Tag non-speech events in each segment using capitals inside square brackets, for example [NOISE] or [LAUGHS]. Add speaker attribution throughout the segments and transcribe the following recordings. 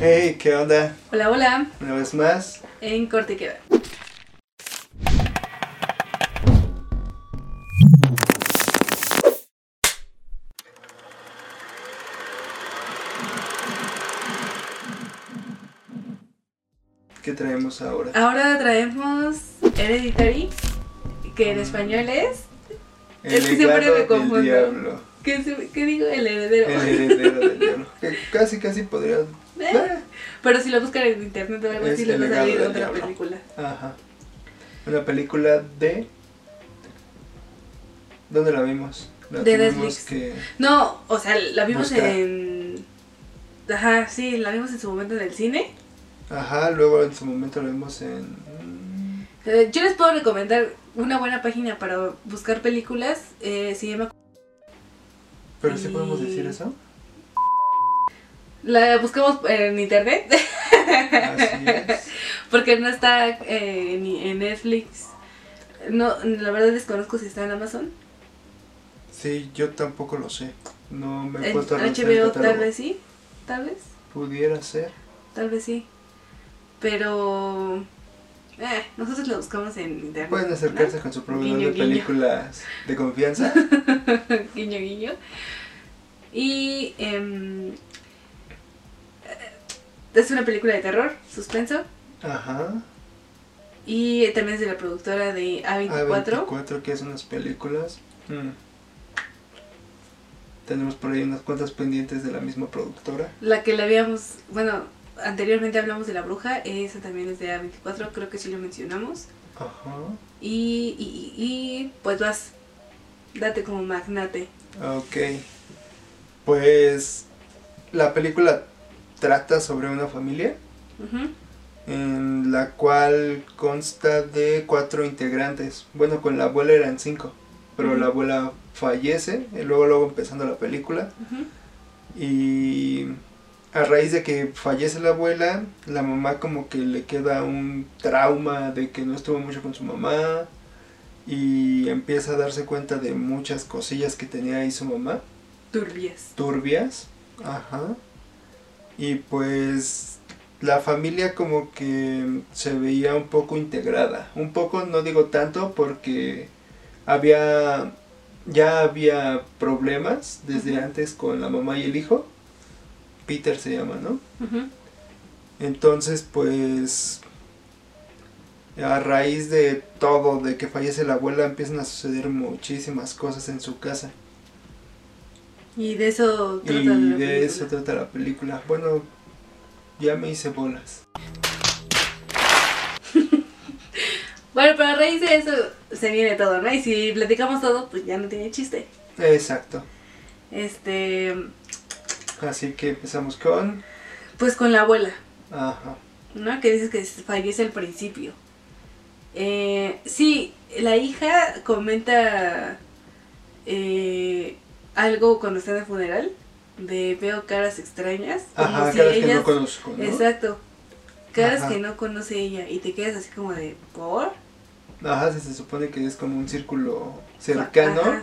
Speaker 1: Hey, ¿qué onda?
Speaker 2: Hola, hola,
Speaker 1: Una vez más.
Speaker 2: en corte y queda.
Speaker 1: ¿Qué traemos ahora?
Speaker 2: Ahora traemos Hereditary, que en español es. es que
Speaker 1: legado
Speaker 2: siempre me
Speaker 1: del
Speaker 2: confundo.
Speaker 1: diablo.
Speaker 2: ¿Qué, se- qué digo? El [LAUGHS] heredero.
Speaker 1: El heredero del diablo. Que casi, casi podría.
Speaker 2: Eh, Pero si lo buscan en internet o algo
Speaker 1: Es
Speaker 2: así,
Speaker 1: el
Speaker 2: les va a
Speaker 1: legado
Speaker 2: salir
Speaker 1: del
Speaker 2: otra
Speaker 1: diablo.
Speaker 2: película.
Speaker 1: Ajá. Una película de. ¿Dónde la vimos? La
Speaker 2: De
Speaker 1: tuvimos
Speaker 2: Netflix.
Speaker 1: que.
Speaker 2: No, o sea, la vimos
Speaker 1: Busca.
Speaker 2: en. Ajá, sí, la vimos en su momento en el cine.
Speaker 1: Ajá, luego en su momento la vimos en.
Speaker 2: Eh, Yo les puedo recomendar una buena página para buscar películas. Eh, se llama.
Speaker 1: ¿Pero sí podemos
Speaker 2: Y-
Speaker 1: decir
Speaker 2: [LAUGHS]
Speaker 1: eso?
Speaker 2: La buscamos en internet.
Speaker 1: Así es.
Speaker 2: Porque no está eh, ni en Netflix. No, la verdad desconozco si está en Amazon.
Speaker 1: Sí, yo tampoco lo sé. No me he
Speaker 2: En
Speaker 1: puesto a revisar el
Speaker 2: HBO tal
Speaker 1: catálogo.
Speaker 2: vez sí, tal vez,
Speaker 1: Pudiera ser.
Speaker 2: tal vez sí. Pero eh, nosotros lo buscamos en internet.
Speaker 1: Pueden
Speaker 2: ¿no?
Speaker 1: acercarse con su proveedor
Speaker 2: Guiño,
Speaker 1: de
Speaker 2: guiño.
Speaker 1: películas de confianza.
Speaker 2: [LAUGHS] guiño, guiño. Y em, eh, es una película de terror, suspenso.
Speaker 1: Ajá.
Speaker 2: Y también es de la productora de A24.
Speaker 1: A24, que es unas películas. Mm. Tenemos por ahí unas cuantas pendientes de la misma productora.
Speaker 2: La que la habíamos, bueno, anteriormente hablamos de la bruja, esa también es de A24, creo que sí lo mencionamos.
Speaker 1: Ajá.
Speaker 2: Y, y, y- y, pues vas, date como magnate.
Speaker 1: Ok. Pues la película trata sobre una familia
Speaker 2: Ujú.
Speaker 1: en la cual consta de cuatro integrantes. Bueno, con la abuela eran cinco, pero
Speaker 2: Ujú.
Speaker 1: la abuela fallece, y luego luego empezando la película.
Speaker 2: Ujú.
Speaker 1: Y a raíz de que fallece la abuela, la mamá como que le queda un trauma de que no estuvo mucho con su mamá y empieza a darse cuenta de muchas cosillas que tenía ahí su mamá,
Speaker 2: Turbias.
Speaker 1: turbias. Ajá. Y pues la familia como que se veía un poco integrada. Un poco, no digo tanto, porque había ya había problemas desde
Speaker 2: Ujú.
Speaker 1: antes con la mamá y el hijo. Peter se llama, ¿no?
Speaker 2: Ujú.
Speaker 1: Entonces, pues a raíz de todo, de que fallece la abuela, empiezan a suceder muchísimas cosas en su casa.
Speaker 2: Y de eso trata la
Speaker 1: Y de
Speaker 2: película.
Speaker 1: eso trata la película. Bueno, ya me hice bolas.
Speaker 2: Bueno, pero a raíz de eso se viene todo, ¿no? Y si platicamos todo, pues ya no tiene chiste.
Speaker 1: Exacto.
Speaker 2: Este,
Speaker 1: Así que empezamos con...
Speaker 2: pues con la abuela.
Speaker 1: Ajá.
Speaker 2: ¿no? Que dices que fallece al principio. Eh, sí, la hija comenta eh, algo cuando está en el funeral, de veo caras extrañas. como
Speaker 1: Ajá,
Speaker 2: si
Speaker 1: caras que
Speaker 2: ellas-
Speaker 1: no conozco, ¿no?
Speaker 2: Exacto. Caras
Speaker 1: Ajá.
Speaker 2: que no conoce ella y te quedas así como de, ¿por?
Speaker 1: Ajá, se, se supone que es como un círculo cercano.
Speaker 2: Ajá.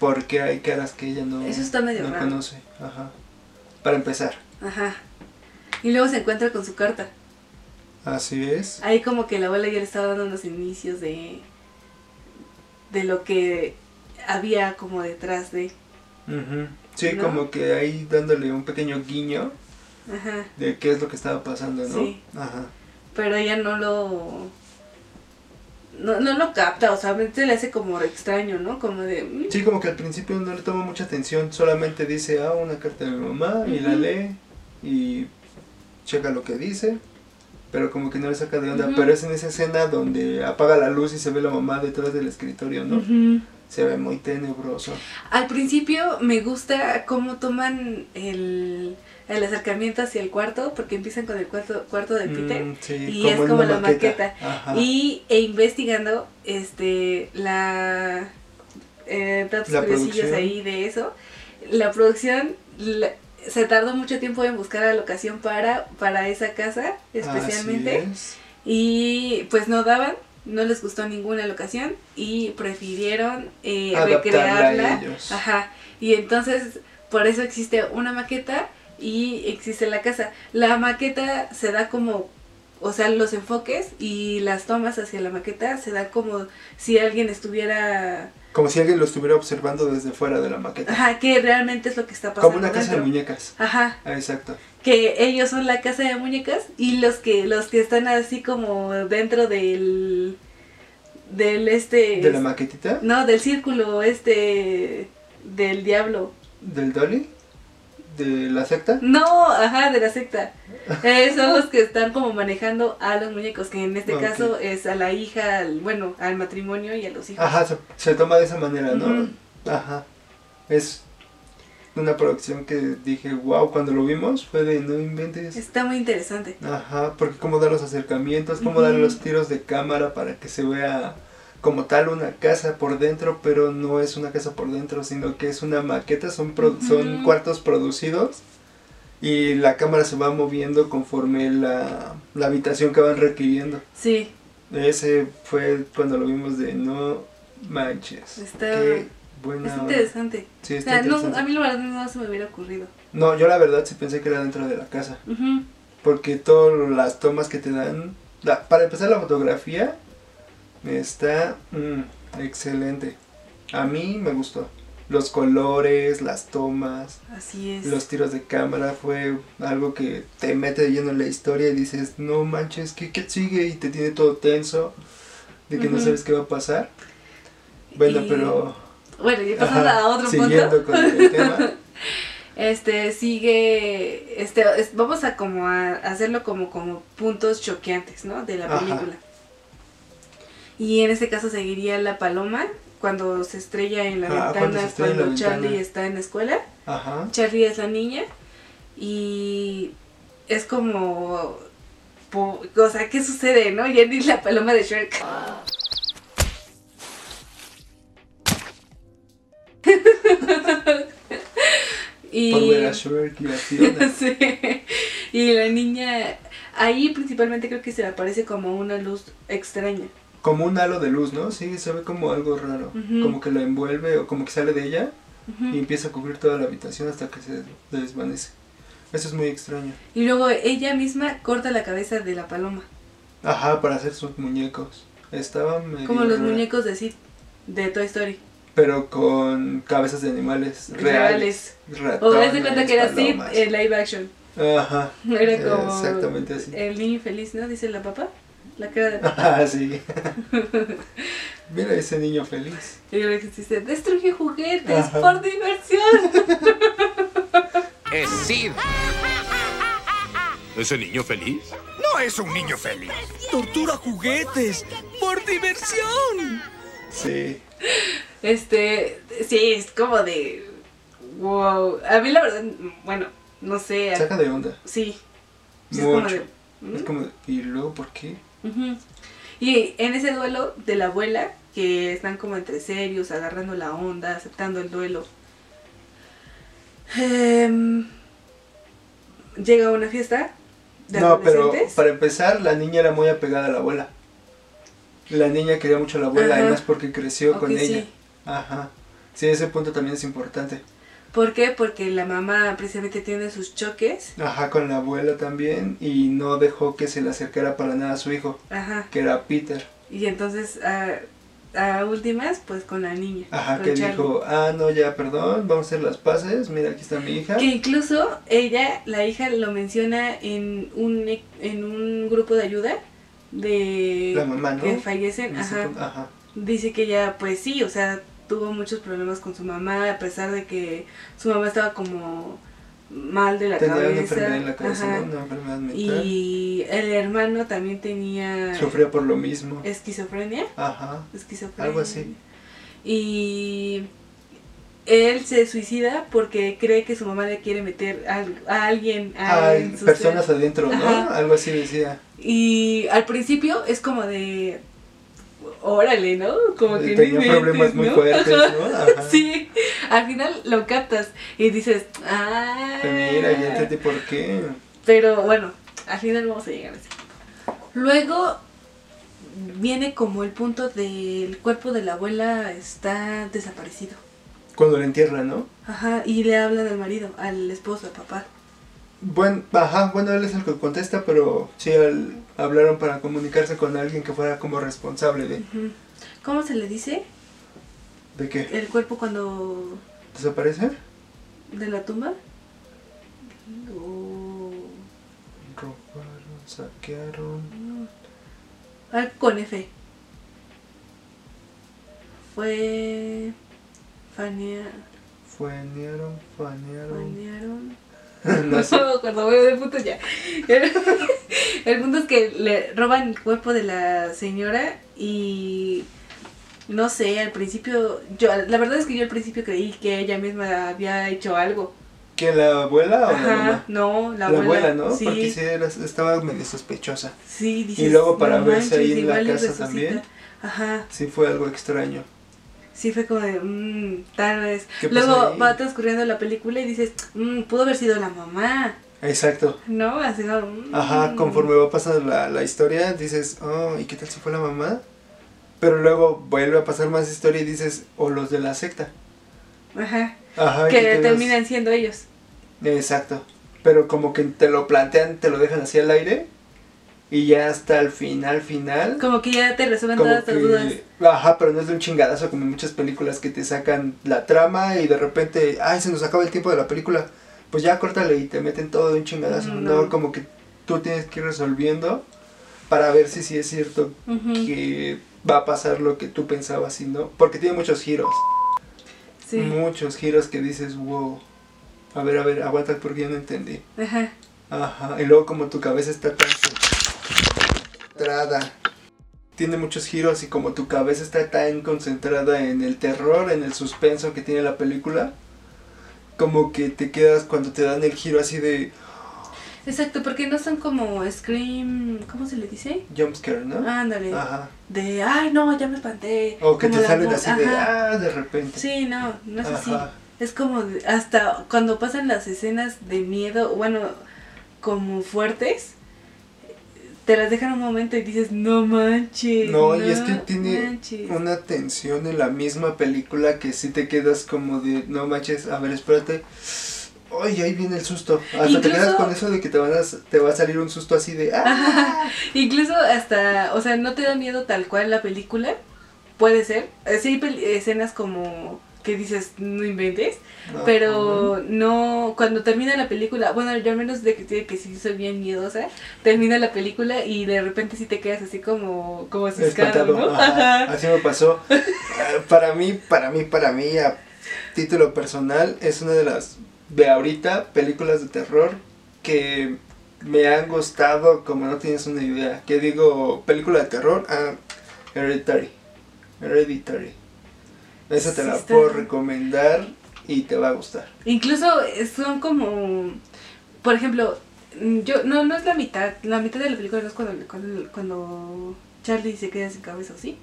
Speaker 1: Porque hay caras que ella no,
Speaker 2: Eso está medio
Speaker 1: no
Speaker 2: raro.
Speaker 1: conoce. Ajá. Para empezar.
Speaker 2: Ajá. Y luego se encuentra con su carta.
Speaker 1: Así es.
Speaker 2: Ahí como que la abuela ya le estaba dando unos inicios de, de lo que había como detrás de...
Speaker 1: Ujú. Sí,
Speaker 2: ¿No?
Speaker 1: como que ahí dándole un pequeño guiño
Speaker 2: Ajá.
Speaker 1: de qué es lo que estaba pasando, ¿no?
Speaker 2: Sí.
Speaker 1: Ajá.
Speaker 2: pero ella no lo no, no lo capta, o sea, se le hace como extraño, ¿no? Como de mm,
Speaker 1: Sí, como que al principio no le toma mucha atención, solamente dice, ah, una carta de mi mamá, y la
Speaker 2: Ujú.
Speaker 1: lee, y checa lo que dice, pero como que no le saca de onda.
Speaker 2: Ujú.
Speaker 1: Pero es en esa escena donde apaga la luz y se ve la mamá detrás del escritorio, ¿no?
Speaker 2: ujú.
Speaker 1: Se ve muy tenebroso.
Speaker 2: al principio me gusta cómo toman el, el acercamiento hacia el cuarto, porque empiezan con el cuarto, cuarto de Peter.
Speaker 1: Mm, sí,
Speaker 2: Y es como la
Speaker 1: Ajá.
Speaker 2: Y e investigando este la eh, datos
Speaker 1: La
Speaker 2: curiosillos
Speaker 1: producción.
Speaker 2: ahí de eso. La producción la- se tardó mucho tiempo en buscar la locación para, para esa casa, especialmente.
Speaker 1: Así es.
Speaker 2: Y pues no daban, no les gustó ninguna locación y prefirieron eh,
Speaker 1: Adaptarla a
Speaker 2: recrearla.
Speaker 1: ellos.
Speaker 2: Ajá. Y entonces por eso existe una maqueta y existe la casa. La maqueta se da como, o sea, los enfoques y las tomas hacia la maqueta se da como si alguien estuviera...
Speaker 1: Como si alguien lo estuviera observando desde fuera de la maqueta.
Speaker 2: Ajá, que realmente es lo que está pasando.
Speaker 1: Como una casa de
Speaker 2: dentro.
Speaker 1: muñecas.
Speaker 2: Ajá,
Speaker 1: Ah, exacto.
Speaker 2: que ellos son la casa de muñecas y los que los que están así como dentro del del este
Speaker 1: ¿De la maquetita?
Speaker 2: no del círculo este del diablo
Speaker 1: ¿Del Dolly? ¿De la secta?
Speaker 2: no ajá de
Speaker 1: [LAUGHS]
Speaker 2: la secta Eh, son los que están como manejando a los muñecos que en este
Speaker 1: Ok.
Speaker 2: caso es a la hija al- bueno al matrimonio y a los hijos
Speaker 1: Ajá, se, se toma de esa manera, ¿no?
Speaker 2: Ujú.
Speaker 1: Ajá. Es una producción que dije, wow, cuando lo vimos fue de no inventes.
Speaker 2: está muy interesante
Speaker 1: Ajá, porque cómo dar los acercamientos, cómo dar
Speaker 2: Ujú.
Speaker 1: los tiros de cámara para que se vea como tal una casa por dentro, pero no es una casa por dentro, sino que es una maqueta, son, pro- son
Speaker 2: Ujú.
Speaker 1: cuartos producidos y la cámara se va moviendo conforme la, la habitación que van requiriendo.
Speaker 2: sí
Speaker 1: Ese fue cuando lo vimos de no manches.
Speaker 2: Está-
Speaker 1: Qué
Speaker 2: es
Speaker 1: buena. onda.
Speaker 2: interesante
Speaker 1: Sí,
Speaker 2: o
Speaker 1: está
Speaker 2: sea no
Speaker 1: interesante.
Speaker 2: a mí la verdad no se me hubiera ocurrido
Speaker 1: No, yo la verdad sí pensé que era dentro de la casa.
Speaker 2: Ujú.
Speaker 1: Porque todas las tomas que te dan. la- para empezar, la fotografía está mm, excelente. A mí me gustó. Los colores, las tomas,
Speaker 2: así es
Speaker 1: los tiros de cámara, fue algo que te mete de lleno en la historia y dices, no manches, ¿qué, qué sigue? Y te tiene todo tenso, de que no
Speaker 2: Ujú.
Speaker 1: sabes qué va a pasar. Bueno,
Speaker 2: Y-
Speaker 1: pero...
Speaker 2: Bueno, y pasando
Speaker 1: ajá,
Speaker 2: a otro
Speaker 1: Siguiendo
Speaker 2: punto.
Speaker 1: con el
Speaker 2: [LAUGHS]
Speaker 1: tema.
Speaker 2: Este sigue. Este, es- vamos a como a hacerlo como, como puntos choqueantes, ¿no? De la
Speaker 1: Ajá.
Speaker 2: película. Y en este caso seguiría la paloma cuando se estrella en la
Speaker 1: Ah, cuando
Speaker 2: ventana,
Speaker 1: se estrella en la
Speaker 2: cuando Charlie
Speaker 1: ventana.
Speaker 2: está en la escuela.
Speaker 1: Ajá.
Speaker 2: Charlie es la niña y es como. po- O sea, ¿qué sucede, no? Jenny es la paloma de Shrek. [LAUGHS] y.
Speaker 1: Por ver a Shrek y a Fiona.
Speaker 2: [LAUGHS] Sí. Y la niña. Ahí principalmente creo que se le aparece como una luz extraña.
Speaker 1: Como un halo de luz, ¿no? Sí, se ve como algo raro.
Speaker 2: Ujú.
Speaker 1: Como que la envuelve o como que sale de ella y
Speaker 2: Ujú.
Speaker 1: empieza a cubrir toda la habitación hasta que se desvanece. Eso es muy extraño.
Speaker 2: Y luego ella misma corta la cabeza de la paloma.
Speaker 1: Ajá, para hacer sus muñecos. Estaban medio
Speaker 2: Como los
Speaker 1: rara,
Speaker 2: muñecos de Sid, de Toy Story.
Speaker 1: Pero con cabezas de animales reales.
Speaker 2: Reales.
Speaker 1: Ratones,
Speaker 2: O das de cuenta que era Sid
Speaker 1: palomas.
Speaker 2: en live action. [LAUGHS]
Speaker 1: Ajá.
Speaker 2: Era como.
Speaker 1: Eh, Exactamente así.
Speaker 2: El niño infeliz, ¿no? Dice la papá. La cara de papá.
Speaker 1: Ah, [LAUGHS] sí. Mira ese niño feliz.
Speaker 2: Y luego existe: Destruye juguetes
Speaker 1: Ajá.
Speaker 2: por diversión. [LAUGHS]
Speaker 3: es Sid.
Speaker 4: ¿Ese niño feliz?
Speaker 3: No es un niño feliz.
Speaker 5: Tortura juguetes por diversión.
Speaker 1: Sí.
Speaker 2: Este. Sí, es como de. Wow. A mí la verdad. Bueno, no sé. a-
Speaker 1: Saca de onda.
Speaker 2: Sí. Sí, es como
Speaker 1: Mucho.
Speaker 2: de. ¿Mm?
Speaker 1: Es como, de, ¿y luego por qué?
Speaker 2: Ujú. Y en ese duelo de la abuela, que están como entre serios, agarrando la onda, aceptando el duelo, em, llega a una fiesta de
Speaker 1: No, pero
Speaker 2: adolescentes.
Speaker 1: para empezar, la niña era muy apegada a la abuela. La niña quería mucho a la abuela,
Speaker 2: Ajá.
Speaker 1: además porque creció
Speaker 2: Ok,
Speaker 1: con
Speaker 2: sí.
Speaker 1: ella. Ajá. Sí, ese punto también es importante.
Speaker 2: ¿Por qué? Porque la mamá precisamente tiene sus choques.
Speaker 1: Ajá, con la abuela también y no dejó que se le acercara para nada a su hijo,
Speaker 2: Ajá.
Speaker 1: que era Peter.
Speaker 2: Y entonces, a, a últimas, pues con la niña.
Speaker 1: Ajá,
Speaker 2: con
Speaker 1: que
Speaker 2: Charlie.
Speaker 1: dijo, ah, no, ya, perdón, vamos a hacer las paces, mira, aquí está mi hija.
Speaker 2: Que incluso ella, la hija, lo menciona en un, e- en un grupo de ayuda de
Speaker 1: La mamá, ¿no?
Speaker 2: que fallecen.
Speaker 1: En ese
Speaker 2: Ajá.
Speaker 1: punto- ajá.
Speaker 2: Dice que ella, pues sí, o sea, tuvo muchos problemas con su mamá, a pesar de que su mamá estaba como mal de la
Speaker 1: Tenía
Speaker 2: cabeza.
Speaker 1: una enfermedad en la cabeza,
Speaker 2: ajá.
Speaker 1: ¿no? Una enfermedad mental.
Speaker 2: Y el hermano también tenía
Speaker 1: Sufría por lo mismo.
Speaker 2: esquizofrenia.
Speaker 1: Ajá.
Speaker 2: Esquizofrenia.
Speaker 1: Algo así.
Speaker 2: Y él se suicida porque cree que su mamá le quiere meter a, a alguien a
Speaker 1: Ah,
Speaker 2: en su
Speaker 1: personas
Speaker 2: ser.
Speaker 1: adentro, ¿no?
Speaker 2: Ajá.
Speaker 1: Algo así decía.
Speaker 2: Y al principio es como de. Órale, ¿no? Como que
Speaker 1: Tenía
Speaker 2: ni
Speaker 1: problemas
Speaker 2: inventes,
Speaker 1: muy
Speaker 2: ¿no?
Speaker 1: fuertes,
Speaker 2: [LAUGHS]
Speaker 1: ¿no? Ajá.
Speaker 2: Sí, al final lo captas y dices, ah.
Speaker 1: Mira, ya entendí por qué.
Speaker 2: Pero bueno, al final vamos a llegar a ese punto. Luego viene como el punto del cuerpo de la abuela está desaparecido.
Speaker 1: Cuando la entierra, ¿no?
Speaker 2: Ajá, y le hablan al marido, al esposo, al papá.
Speaker 1: Buen, ajá, bueno, él es el que contesta, pero sí él- hablaron para comunicarse con alguien que fuera como responsable de,
Speaker 2: Ujú. ¿Cómo se le dice?
Speaker 1: de qué.
Speaker 2: El cuerpo cuando...
Speaker 1: ¿Desaparece?
Speaker 2: de la tumba. O-
Speaker 1: Robaron, saquearon.
Speaker 2: Ah, con F. Fue... Fanea...
Speaker 1: Fuenearon, fanearon. [LAUGHS]
Speaker 2: Fanearon.
Speaker 1: no sé.
Speaker 2: No me acuerdo, bueno, el punto ya. El, el punto es que le roban el cuerpo de la señora y no sé, al principio, yo, la verdad es que yo al principio creí que ella misma había hecho algo.
Speaker 1: ¿Que la abuela o Ah, la
Speaker 2: Ajá,
Speaker 1: mamá?
Speaker 2: no, la
Speaker 1: La,
Speaker 2: abuela,
Speaker 1: abuela, ¿no?
Speaker 2: Sí,
Speaker 1: Porque sí era- estaba medio sospechosa.
Speaker 2: sí, dices,
Speaker 1: Y luego para verse ahí en la
Speaker 2: igual y
Speaker 1: casa
Speaker 2: resucita".
Speaker 1: también.
Speaker 2: Ajá,
Speaker 1: Sí fue algo extraño.
Speaker 2: sí fue como de, "Mm, tal vez.
Speaker 1: ¿Qué pasó
Speaker 2: Luego
Speaker 1: ahí?
Speaker 2: va transcurriendo la película y dices, "Mm, pudo haber sido la mamá,
Speaker 1: Exacto.
Speaker 2: ¿no? Así como, "Mm".
Speaker 1: Ajá, conforme va pasando la, la historia, dices, oh, ¿y qué tal si fue la mamá? Pero luego vuelve a pasar más historia y dices, o los de la secta.
Speaker 2: Ajá.
Speaker 1: Ajá, y
Speaker 2: que
Speaker 1: te quedas-
Speaker 2: terminan siendo ellos.
Speaker 1: Exacto. Pero como que te lo plantean, te lo dejan así al aire. Y ya hasta el final, final.
Speaker 2: Como que ya te resuelven
Speaker 1: como
Speaker 2: todas tus dudas.
Speaker 1: que- Ajá, pero no es de un chingadazo como en muchas películas que te sacan la trama y de repente, ay, se nos acaba el tiempo de la película. Pues ya córtale y te meten todo de un chingadazo.
Speaker 2: Mm, No.
Speaker 1: No, como que tú tienes que ir resolviendo para ver si sí es cierto
Speaker 2: Ujú,
Speaker 1: que va a pasar lo que tú pensabas y no. Porque tiene muchos giros.
Speaker 2: Sí.
Speaker 1: Muchos giros que dices, wow. A ver, a ver, aguanta porque yo no entendí.
Speaker 2: Ajá.
Speaker 1: Ajá, y luego como tu cabeza está tan concentrada, tiene muchos giros y como tu cabeza está tan concentrada en el terror, en el suspenso que tiene la película, como que te quedas cuando te dan el giro así de
Speaker 2: Exacto, porque no son como Scream. ¿Cómo se le dice?
Speaker 1: jumpscare, ¿no?
Speaker 2: Ándale.
Speaker 1: Ajá.
Speaker 2: De, ay, no, ya me espanté.
Speaker 1: Ah. O que
Speaker 2: como
Speaker 1: te
Speaker 2: la
Speaker 1: salen
Speaker 2: mu-
Speaker 1: así de,
Speaker 2: Ajá.
Speaker 1: ah, de repente.
Speaker 2: Sí, no, no es así.
Speaker 1: Ajá.
Speaker 2: Es como de- hasta cuando pasan las escenas de miedo, bueno, como fuertes, te las dejan un momento y dices, no manches.
Speaker 1: No, y es que tiene
Speaker 2: manches".
Speaker 1: una tensión en la misma película que si te quedas como de, no manches, a ver, espérate. Ay, ahí viene el susto. Hasta te quedas
Speaker 2: Incluso-
Speaker 1: con eso de que te, van a, te va a salir un susto así de, ah,
Speaker 2: Ajá. Incluso hasta, o sea, no te da miedo tal cual la película, puede ser. Eh, Sí hay pel- escenas como que dices, no inventes,
Speaker 1: no,
Speaker 2: pero no, cuando termina la película, bueno, yo al menos de que, de que sí soy bien miedosa, termina la película y de repente sí te quedas así como, como ciscado,
Speaker 1: espantado.
Speaker 2: ¿no?
Speaker 1: Ajá,
Speaker 2: Ajá.
Speaker 1: Así me pasó. Ah, para mí, para mí, para mí, a título personal, es una de las de ahorita películas de terror que me han gustado como no tienes una idea. Que digo, película de terror, ah, Hereditary. Hereditary. Esa te
Speaker 2: Sí
Speaker 1: la
Speaker 2: está.
Speaker 1: puedo recomendar y te va a gustar.
Speaker 2: Incluso eh, son como, por ejemplo, mm, yo, no, no es la mitad, la mitad de la película no es cuando, cuando, cuando Charlie se queda sin cabeza, ¿sí?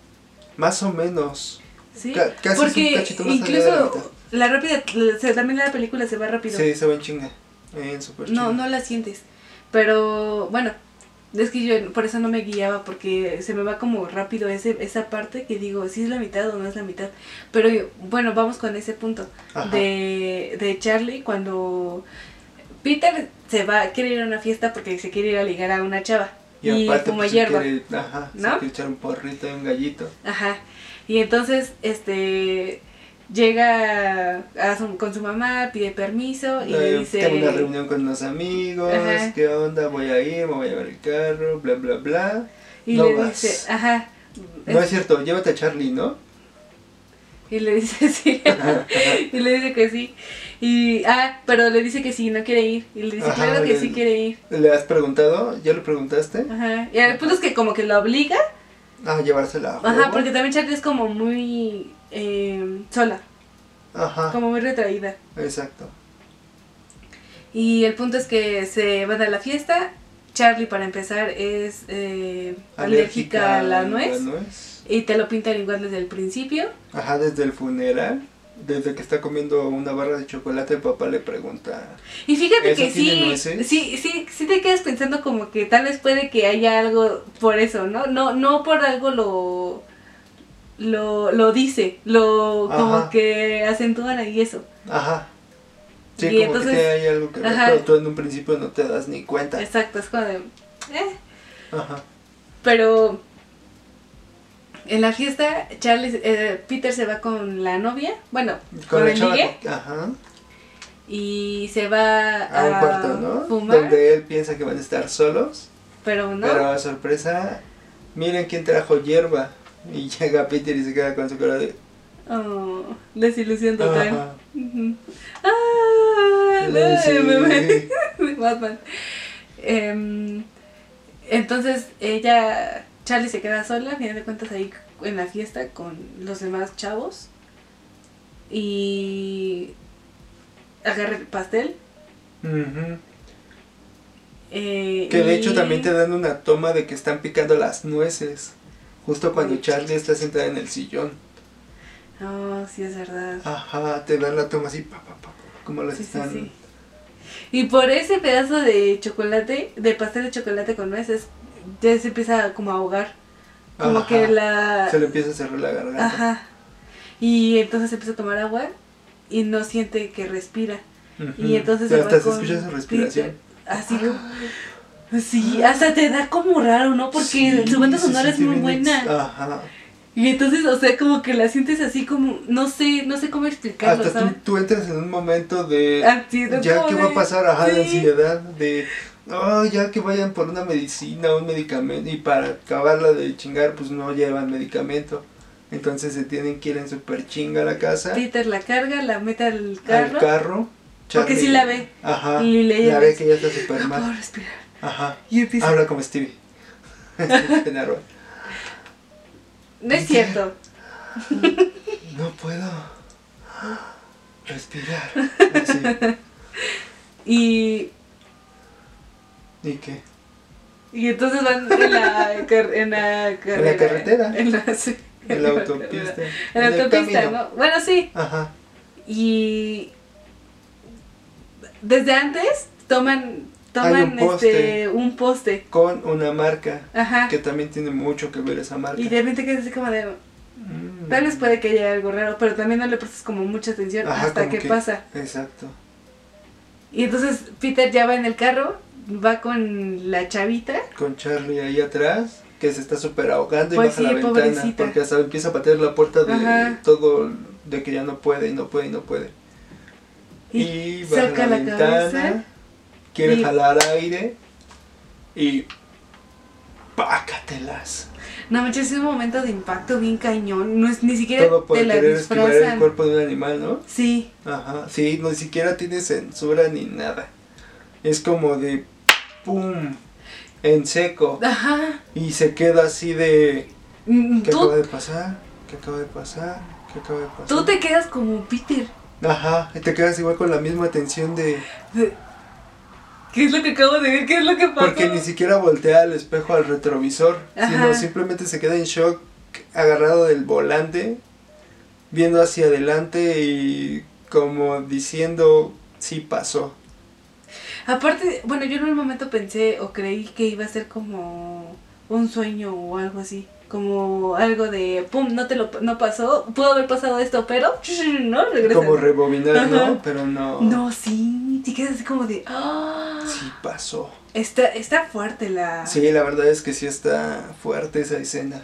Speaker 1: Más o menos.
Speaker 2: Sí,
Speaker 1: Ca- casi es un
Speaker 2: porque
Speaker 1: cachito más allá de la mitad.
Speaker 2: incluso la rápida, se- también la película se va rápido.
Speaker 1: Sí, se va en chinga. En super
Speaker 2: no, no la sientes. Pero bueno, es que yo por eso no me guiaba, porque se me va como rápido ese, esa parte que digo, si es la mitad o no es la mitad. Pero yo- bueno, vamos con ese punto de, de Charlie cuando Peter se va, quiere ir a una fiesta porque se quiere ir a ligar a una chava. Y, fuma
Speaker 1: pues, si
Speaker 2: hierba.
Speaker 1: quiere- ajá, si
Speaker 2: ¿no?
Speaker 1: quiere echar un porrito y un gallito.
Speaker 2: Ajá. Y entonces, este, llega a su- con su mamá, pide permiso y
Speaker 1: Eh,
Speaker 2: le dice...
Speaker 1: Tengo una reunión con unos amigos,
Speaker 2: Ajá.
Speaker 1: ¿qué onda? Voy a ir, me voy a llevar el carro, bla, bla, bla.
Speaker 2: y
Speaker 1: no
Speaker 2: le
Speaker 1: vas.
Speaker 2: dice, ajá.
Speaker 1: No es cierto, llévate a Charlie, ¿no?
Speaker 2: Y le dice [LAUGHS] sí. y le dice que sí. Y, ah, pero le dice que sí, no quiere ir. Y le dice,
Speaker 1: Ajá,
Speaker 2: claro que
Speaker 1: le-
Speaker 2: sí quiere ir.
Speaker 1: ¿Le has preguntado? ¿Ya lo preguntaste?
Speaker 2: Ajá. Y el punto es que como que lo obliga.
Speaker 1: Ah, llevársela. a
Speaker 2: Ajá,
Speaker 1: huevo.
Speaker 2: porque también Charlie es como muy eh, sola,
Speaker 1: Ajá,
Speaker 2: como muy retraída.
Speaker 1: exacto.
Speaker 2: Y el punto es que se van a la fiesta. Charlie, para empezar, es eh, alérgica, a la nuez. Y te lo pintan igual desde el principio.
Speaker 1: Ajá, desde el funeral. Desde que está comiendo una barra de chocolate, el papá le pregunta.
Speaker 2: Y fíjate
Speaker 1: ¿Eso
Speaker 2: que
Speaker 1: tiene
Speaker 2: sí,
Speaker 1: nueces?
Speaker 2: sí, sí, sí te quedas pensando como que tal vez puede que haya algo por eso, ¿no? No, no por algo lo lo, lo dice, lo como
Speaker 1: Ajá.
Speaker 2: que acentúan ahí eso.
Speaker 1: Ajá, Sí,
Speaker 2: Y
Speaker 1: como
Speaker 2: entonces-
Speaker 1: que te hay algo que ver,
Speaker 2: ajá.
Speaker 1: pero tú en un principio no te das ni cuenta.
Speaker 2: Exacto, es como de. eh,
Speaker 1: Ajá.
Speaker 2: Pero en la fiesta, Charles, eh, Peter se va con la novia, bueno, con,
Speaker 1: la
Speaker 2: el
Speaker 1: chava-
Speaker 2: ligue,
Speaker 1: Ajá.
Speaker 2: y se va
Speaker 1: A un
Speaker 2: a,
Speaker 1: cuarto, ¿no?
Speaker 2: fumar,
Speaker 1: Donde él piensa que van a estar solos.
Speaker 2: pero no.
Speaker 1: Pero a sorpresa, miren quién trajo hierba. Y [LAUGHS] llega Peter y se queda con su cara de.
Speaker 2: Oh, desilusión total.
Speaker 1: Ajá.
Speaker 2: Ujú. Ah, no,
Speaker 1: Sí.
Speaker 2: me me- [LAUGHS] de Batman. Em, entonces ella, Charlie se queda sola, a final de cuentas ahí en la fiesta con los demás chavos. Y agarra el pastel.
Speaker 1: Ujú.
Speaker 2: [LAUGHS] eh,
Speaker 1: Que de hecho
Speaker 2: y-
Speaker 1: también te dan una toma de que están picando las nueces. Justo cuando Charlie está sentada en el sillón.
Speaker 2: Oh, sí, es verdad.
Speaker 1: Ajá, te dan la toma así, pa, pa, pa, como las
Speaker 2: Sí, sí,
Speaker 1: Ah, están.
Speaker 2: sí. Y por ese pedazo de chocolate, de pastel de chocolate con nueces, ya se empieza como a ahogar. Como
Speaker 1: Ajá.
Speaker 2: que la...
Speaker 1: Se le empieza a cerrar la garganta.
Speaker 2: Ajá. Y entonces empieza a tomar agua y no siente que respira.
Speaker 1: Ujú.
Speaker 2: Y entonces...
Speaker 1: Ya
Speaker 2: se va
Speaker 1: hasta se
Speaker 2: con
Speaker 1: escucha su respiración.
Speaker 2: Peter, Así como... Sí, hasta te da como raro, ¿no? Porque su banda
Speaker 1: se
Speaker 2: sonora es
Speaker 1: siente
Speaker 2: muy
Speaker 1: bien
Speaker 2: buena.
Speaker 1: ex- Ajá.
Speaker 2: Y entonces, o sea, como que la sientes así como... No sé, no sé cómo explicarlo,
Speaker 1: Hasta tú,
Speaker 2: ¿sabes?
Speaker 1: tú entras en un momento de.
Speaker 2: Ah, sí, no,
Speaker 1: ya
Speaker 2: como
Speaker 1: que va a
Speaker 2: de-
Speaker 1: pasar, ajá, de
Speaker 2: sí.
Speaker 1: ansiedad, de. "Ay, ya que vayan por una medicina, un medicamento. Y para acabarla de chingar, pues no llevan medicamento. Entonces se tienen que ir en super chinga a la casa.
Speaker 2: Peter la carga, la mete al
Speaker 1: al
Speaker 2: carro.
Speaker 1: carro.
Speaker 2: Porque sí la ve.
Speaker 1: Ajá.
Speaker 2: Y le
Speaker 1: la ve
Speaker 2: dice,
Speaker 1: que ya está
Speaker 2: No
Speaker 1: super
Speaker 2: puedo
Speaker 1: mal.
Speaker 2: respirar.
Speaker 1: Ajá.
Speaker 2: Y empieza.
Speaker 1: Habla como Stevie. [LAUGHS] Este Penarol.
Speaker 2: No es cierto.
Speaker 1: no puedo
Speaker 2: [LAUGHS]
Speaker 1: respirar. Así.
Speaker 2: Y,
Speaker 1: ¿Y qué?
Speaker 2: y entonces van en la, car- en la carrera.
Speaker 1: carretera.
Speaker 2: En la, sí,
Speaker 1: En
Speaker 2: [LAUGHS]
Speaker 1: la autopista.
Speaker 2: En la
Speaker 1: el
Speaker 2: autopista,
Speaker 1: camino.
Speaker 2: ¿no? Bueno, sí.
Speaker 1: Ajá.
Speaker 2: Y desde antes toman,
Speaker 1: Hay
Speaker 2: toman
Speaker 1: un poste.
Speaker 2: Este, un poste.
Speaker 1: Con una marca.
Speaker 2: Ajá.
Speaker 1: Que también tiene mucho que ver esa marca.
Speaker 2: Y de repente quedas así como de...
Speaker 1: Mm.
Speaker 2: Tal vez puede que haya algo raro, pero también no le prestes como mucha atención
Speaker 1: Ajá,
Speaker 2: hasta
Speaker 1: como
Speaker 2: que, pasa.
Speaker 1: Exacto.
Speaker 2: Y entonces Peter ya va en el carro, va con la chavita.
Speaker 1: Con Charlie ahí atrás. Que se está súper ahogando
Speaker 2: Pues
Speaker 1: y baja
Speaker 2: sí,
Speaker 1: la ventana.
Speaker 2: pobrecita.
Speaker 1: Porque hasta empieza a patear la puerta de
Speaker 2: Ajá.
Speaker 1: todo. De que ya no puede y no puede y no puede.
Speaker 2: Y,
Speaker 1: Y, baja
Speaker 2: saca
Speaker 1: la,
Speaker 2: la,
Speaker 1: ventana.
Speaker 2: cabeza.
Speaker 1: Quiere
Speaker 2: y-
Speaker 1: jalar aire. Y. Pácatelas.
Speaker 2: No manches, es un momento de impacto bien cañón. No es ni siquiera
Speaker 1: Todo por
Speaker 2: te la
Speaker 1: querer esquivar
Speaker 2: disfrazan.
Speaker 1: el cuerpo de un animal, ¿no?
Speaker 2: Sí,
Speaker 1: Ajá, sí, no, ni siquiera tiene censura ni nada. Es como de pum, en seco.
Speaker 2: ajá.
Speaker 1: Y se queda así de
Speaker 2: Mm,
Speaker 1: ¿qué acaba
Speaker 2: Tú,
Speaker 1: de pasar? ¿Qué acaba de pasar? ¿Qué acaba de pasar?
Speaker 2: tú te quedas como Peter.
Speaker 1: Ajá, y te quedas igual con la misma tensión de
Speaker 2: De- ¿Qué es lo que acabo de ver? ¿Qué es lo que pasó?
Speaker 1: porque ni siquiera voltea al espejo al retrovisor,
Speaker 2: Ajá.
Speaker 1: sino simplemente se queda en shock agarrado del volante, viendo hacia adelante y como diciendo sí pasó.
Speaker 2: Aparte, bueno, yo en un momento pensé o creí que iba a ser como un sueño o algo así. Como algo de, pum, no te lo no pasó, pudo haber pasado esto, pero no regresa.
Speaker 1: Como rebobinar,
Speaker 2: Ajá.
Speaker 1: ¿no? Pero no.
Speaker 2: No, sí, te quedas así como de, ah,
Speaker 1: Sí pasó.
Speaker 2: está, está fuerte la...
Speaker 1: Sí, la verdad es que sí está fuerte esa escena.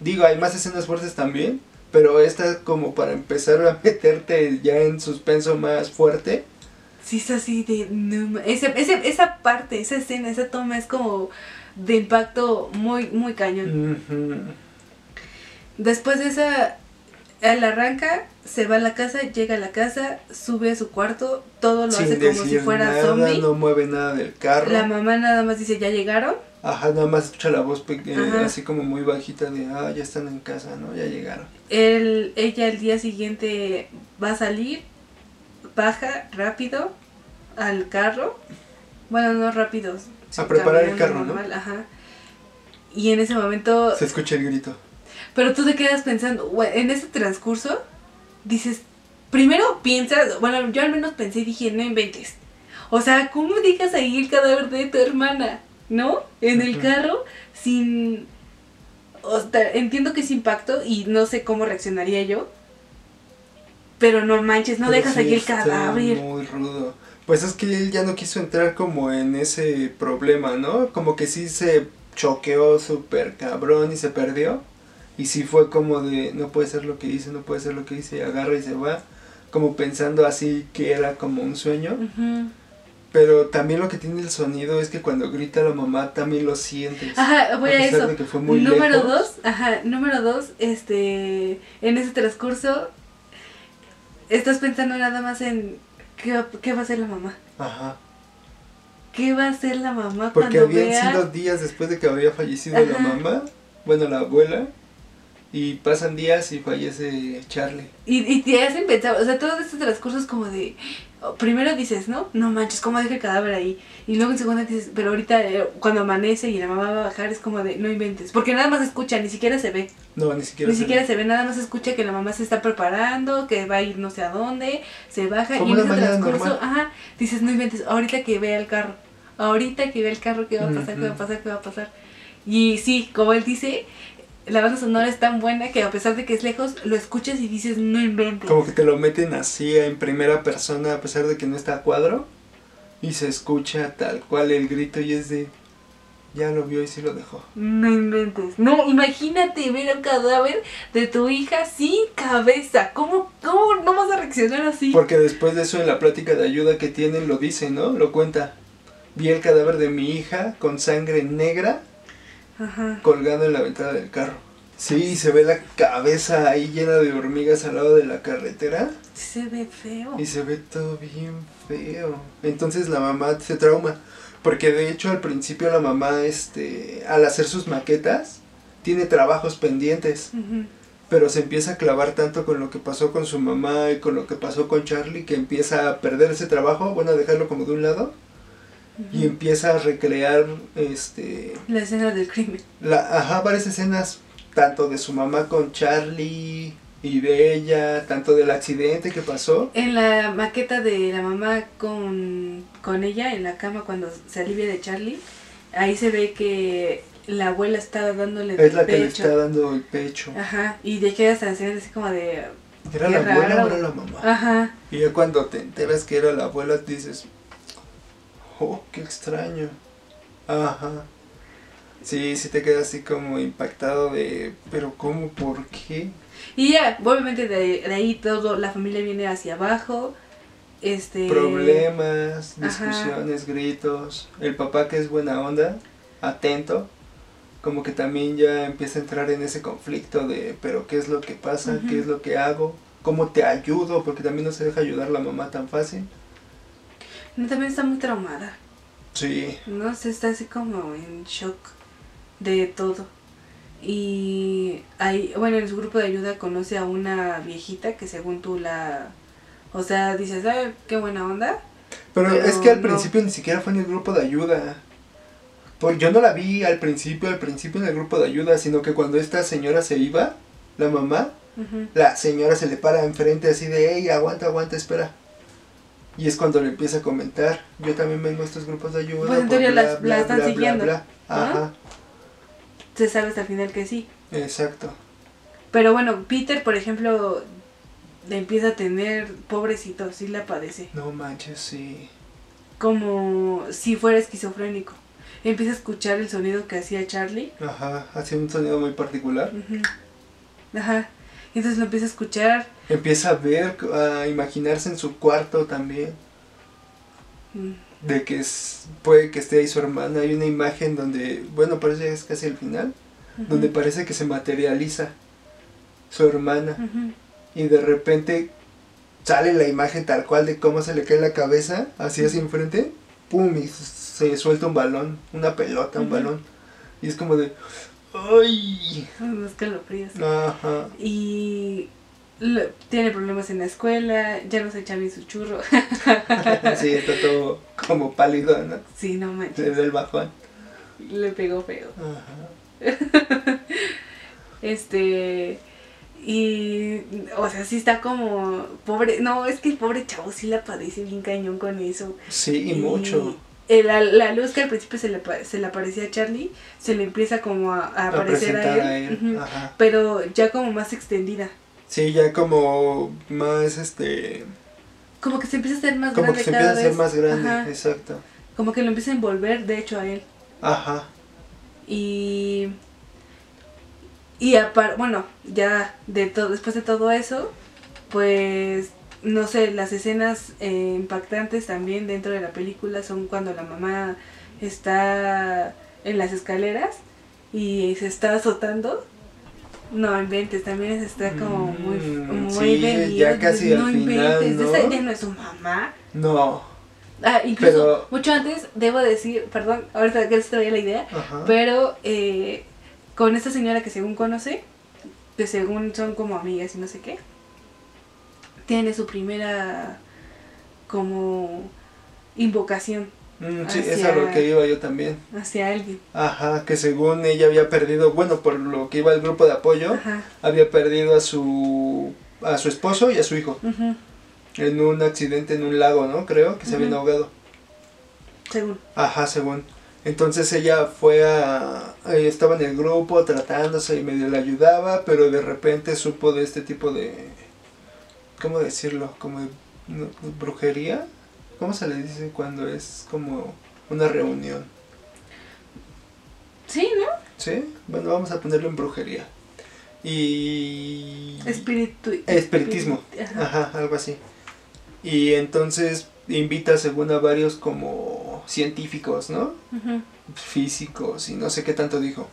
Speaker 1: Digo, hay más escenas fuertes también, pero esta como para empezar a [LAUGHS] meterte ya en suspenso más fuerte.
Speaker 2: Sí, es así de. no ma- ese- ese- esa parte, esa escena, esa toma es como de impacto muy, muy
Speaker 1: Mm.
Speaker 2: cañón.
Speaker 1: Ujú.
Speaker 2: Después de esa. Él arranca, se va a la casa, llega a la casa, sube a su cuarto, todo lo hace como si fuera
Speaker 1: nada,
Speaker 2: zombie.
Speaker 1: no mueve nada del carro.
Speaker 2: La mamá nada más dice, ya llegaron.
Speaker 1: Ajá, nada más escucha la voz pe- eh,
Speaker 2: Ajá.
Speaker 1: así como muy bajita de, ah, ya están en casa, ¿no? Ya llegaron.
Speaker 2: Él, ella el día siguiente va a salir, baja rápido al carro. Bueno, no rápido. sí,
Speaker 1: preparar el
Speaker 2: caminando
Speaker 1: carro, ¿no?
Speaker 2: normal, Ajá. Y en ese momento
Speaker 1: Se escucha el grito.
Speaker 2: Pero tú te quedas pensando, güey, en ese transcurso, dices, primero piensas, bueno, yo al menos pensé y dije, no inventes. O sea, ¿cómo dejas ahí el cadáver de tu hermana? ¿No? En el
Speaker 1: Ujú.
Speaker 2: carro, sin... O sea, entiendo que es impacto y no sé cómo reaccionaría yo. Pero no manches, no
Speaker 1: Pero
Speaker 2: dejas
Speaker 1: Pues sí
Speaker 2: aquí el
Speaker 1: está
Speaker 2: cadáver.
Speaker 1: Muy rudo. Pues es que él ya no quiso entrar como en ese problema, ¿no? Como que sí se choqueó súper cabrón y se perdió. Y sí fue como de, no puede ser lo que hice, no puede ser lo que hice, y agarra y se va. Como pensando así que era como un sueño.
Speaker 2: Ujú.
Speaker 1: Pero también lo que tiene el sonido es que cuando grita la mamá también lo sientes.
Speaker 2: Ajá, voy a,
Speaker 1: pesar
Speaker 2: eso.
Speaker 1: de que fue muy
Speaker 2: número
Speaker 1: lejos.
Speaker 2: dos, ajá, número dos, este, en ese transcurso, estás pensando nada más en qué, va- qué va a hacer la mamá.
Speaker 1: Ajá.
Speaker 2: ¿Qué va a hacer la mamá
Speaker 1: Porque
Speaker 2: cuando
Speaker 1: habían
Speaker 2: vea?
Speaker 1: sido días después de que había fallecido la
Speaker 2: Ajá.
Speaker 1: mamá, bueno, la abuela, y pasan días y fallece Charlie.
Speaker 2: Y, y te hacen pensar, o sea, todos estos transcursos como de, oh, primero dices, ¿no? No manches, ¿cómo deja el cadáver ahí? Y luego en segunda dices, pero ahorita eh, cuando amanece y la mamá va a bajar es como de, no inventes, porque nada más escucha, ni siquiera se ve.
Speaker 1: No, ni siquiera
Speaker 2: Ni
Speaker 1: se
Speaker 2: siquiera
Speaker 1: ve.
Speaker 2: se ve, nada más escucha que la mamá se está preparando, que va a ir no sé a dónde, se baja
Speaker 1: Como
Speaker 2: y en
Speaker 1: una
Speaker 2: ese
Speaker 1: mañana
Speaker 2: transcurso,
Speaker 1: normal.
Speaker 2: ajá, dices, no inventes, ahorita que vea el carro, ahorita que vea el carro, ¿qué va a pasar? ¿Qué va a
Speaker 1: Ujú.
Speaker 2: pasar? ¿Qué va a pasar? Y sí, como él dice, la banda sonora es tan buena que a pesar de que es lejos, lo escuchas y dices, no inventes.
Speaker 1: Como que te lo meten así en primera persona a pesar de que no está a cuadro y se escucha tal cual el grito y es de ya lo vio y sí lo dejó.
Speaker 2: No inventes. No, imagínate ver un cadáver de tu hija sin cabeza. ¿Cómo, cómo no vas a reaccionar así?
Speaker 1: Porque después de eso en la plática de ayuda que tienen lo dice, ¿no? Lo cuenta. Vi el cadáver de mi hija con sangre negra
Speaker 2: Ajá.
Speaker 1: colgando en la ventana del carro. Sí, se ve la cabeza ahí llena de hormigas al lado de la carretera
Speaker 2: Se ve feo.
Speaker 1: y se ve todo bien feo. Entonces la mamá se trauma, porque de hecho al principio la mamá este al hacer sus maquetas tiene trabajos pendientes,
Speaker 2: Ujú.
Speaker 1: pero se empieza a clavar tanto con lo que pasó con su mamá y con lo que pasó con Charlie que empieza a perder ese trabajo, bueno, a dejarlo como de un lado y empieza a recrear este
Speaker 2: La escena del crimen.
Speaker 1: la, ajá, varias escenas, tanto de su mamá con Charlie y de ella, tanto del accidente que pasó.
Speaker 2: En la maqueta de la mamá con, con ella en la cama cuando se alivia de Charlie, ahí se ve que la abuela está dándole
Speaker 1: Es la
Speaker 2: pecho.
Speaker 1: que le está dando el pecho.
Speaker 2: Ajá, y de que hasta escena así como de...
Speaker 1: ¿Era la
Speaker 2: qué
Speaker 1: abuela o
Speaker 2: raro.
Speaker 1: era la mamá?
Speaker 2: Ajá,
Speaker 1: Y ya cuando te enteras que era la abuela, dices, oh, qué extraño. Ajá. Sí, sí te quedas así como impactado de, pero ¿cómo? ¿Por qué?
Speaker 2: y ya, obviamente de, de ahí todo, la familia viene hacia abajo, este...
Speaker 1: problemas,
Speaker 2: ajá.
Speaker 1: discusiones, gritos. El papá que es buena onda, atento, como que también ya empieza a entrar en ese conflicto de, pero ¿qué es lo que pasa? ¿Qué
Speaker 2: Ujú.
Speaker 1: es lo que hago? ¿Cómo te ayudo? Porque también no se deja ayudar la mamá tan fácil.
Speaker 2: No, también está muy traumada,
Speaker 1: Sí.
Speaker 2: no sé, está así como en shock de todo. Y ahí, bueno, en su grupo de ayuda conoce a una viejita que según tú la... O sea, dices, ah, qué buena onda.
Speaker 1: Pero,
Speaker 2: Pero
Speaker 1: es que al
Speaker 2: no.
Speaker 1: principio ni siquiera fue en el grupo de ayuda. Pues yo no la vi al principio, al principio en el grupo de ayuda, sino que cuando esta señora se iba, la mamá,
Speaker 2: Ujú.
Speaker 1: La señora se le para enfrente así de, hey, aguanta, aguanta, espera. Y es cuando le empieza a comentar, yo también vengo a estos grupos de ayuda.
Speaker 2: Pues, en
Speaker 1: por
Speaker 2: teoría
Speaker 1: bla,
Speaker 2: las-
Speaker 1: bla,
Speaker 2: la están
Speaker 1: bla, bla,
Speaker 2: siguiendo,
Speaker 1: bla". Ajá,
Speaker 2: Se sabe hasta el final que sí.
Speaker 1: exacto.
Speaker 2: Pero bueno, Peter, por ejemplo, empieza a tener, pobrecito, sí la padece.
Speaker 1: No manches, sí.
Speaker 2: Como si fuera esquizofrénico. Empieza a escuchar el sonido que hacía Charlie.
Speaker 1: Ajá, hace un sonido muy particular.
Speaker 2: Ujú. Ajá. Y Entonces lo empieza a escuchar.
Speaker 1: Empieza a ver, a imaginarse en su cuarto también.
Speaker 2: Mm.
Speaker 1: de que es- puede que esté ahí su hermana. Hay una imagen donde, bueno, parece que es casi el final,
Speaker 2: Ujú.
Speaker 1: donde parece que se materializa su hermana
Speaker 2: Ujú.
Speaker 1: y de repente sale la imagen tal cual de cómo se le cae la cabeza así hacia enfrente, pum, y se suelta un balón, una pelota, un
Speaker 2: Ujú.
Speaker 1: balón. Y es como de, ¡ay!
Speaker 2: Unos escalofríos. [LAUGHS]
Speaker 1: Ajá.
Speaker 2: Y lo- tiene problemas en la escuela. Ya no se echa bien su churro. [LAUGHS]
Speaker 1: Sí, está todo como pálido, ¿no?
Speaker 2: sí, no
Speaker 1: Se
Speaker 2: manches.
Speaker 1: ve el bajón.
Speaker 2: Le pegó feo.
Speaker 1: Ajá.
Speaker 2: Este. Y. O sea, sí está como. Pobre. No, es que el pobre chavo sí la padece bien cañón con eso.
Speaker 1: Sí, y mucho.
Speaker 2: eh, la, la luz que al principio se le, pa- se le aparecía a Charlie, se le empieza como a, a
Speaker 1: A
Speaker 2: aparecer a
Speaker 1: presentar
Speaker 2: él.
Speaker 1: a él.
Speaker 2: Ujú.
Speaker 1: Ajá.
Speaker 2: Pero ya como más extendida.
Speaker 1: Sí, ya como más este.
Speaker 2: Como que se empieza a ser más
Speaker 1: Como
Speaker 2: grande
Speaker 1: que se
Speaker 2: cada
Speaker 1: empieza a ser
Speaker 2: vez.
Speaker 1: más grande,
Speaker 2: Ajá.
Speaker 1: exacto.
Speaker 2: Como que lo empieza a envolver, de hecho, a él.
Speaker 1: Ajá.
Speaker 2: Y. Y aparte, bueno, ya de todo, después de todo eso, pues. No sé, las escenas eh, impactantes también dentro de la película son cuando la mamá está en las escaleras y se está azotando. No inventes, también está como muy,
Speaker 1: Mm,
Speaker 2: muy
Speaker 1: sí,
Speaker 2: vendido,
Speaker 1: ya casi
Speaker 2: no
Speaker 1: al final,
Speaker 2: inventes,
Speaker 1: ¿no?
Speaker 2: esa ya no es su mamá.
Speaker 1: No.
Speaker 2: Ah, incluso
Speaker 1: Pero-
Speaker 2: mucho antes, debo decir, perdón, ahorita que les traía la idea,
Speaker 1: Ajá.
Speaker 2: pero eh, con esta señora que según conoce, que según son como amigas y no sé qué, tiene su primera como invocación
Speaker 1: Mm, sí,
Speaker 2: hacia-
Speaker 1: es a lo que iba yo también.
Speaker 2: hacia alguien.
Speaker 1: Ajá, que según ella había perdido, bueno, por lo que iba el grupo de apoyo,
Speaker 2: Ajá.
Speaker 1: había perdido a su a su esposo y a su hijo
Speaker 2: ujú,
Speaker 1: en un accidente en un lago, ¿no? Creo que se habían
Speaker 2: Ujú.
Speaker 1: ahogado.
Speaker 2: según.
Speaker 1: Ajá, según. Entonces ella fue a... eh, Estaba en el grupo tratándose y medio le ayudaba, pero de repente supo de este tipo de... ¿Cómo decirlo? Como de no, brujería. ¿Cómo se le dice cuando es como una reunión?
Speaker 2: Sí, ¿no?
Speaker 1: ¿Sí? Bueno, vamos a ponerlo en brujería. Y...
Speaker 2: Espiritu
Speaker 1: Espiritismo.
Speaker 2: espirit- Ajá.
Speaker 1: Ajá, algo así. Y entonces invita según a varios como científicos, ¿no?
Speaker 2: ujú.
Speaker 1: físicos y no sé qué tanto dijo.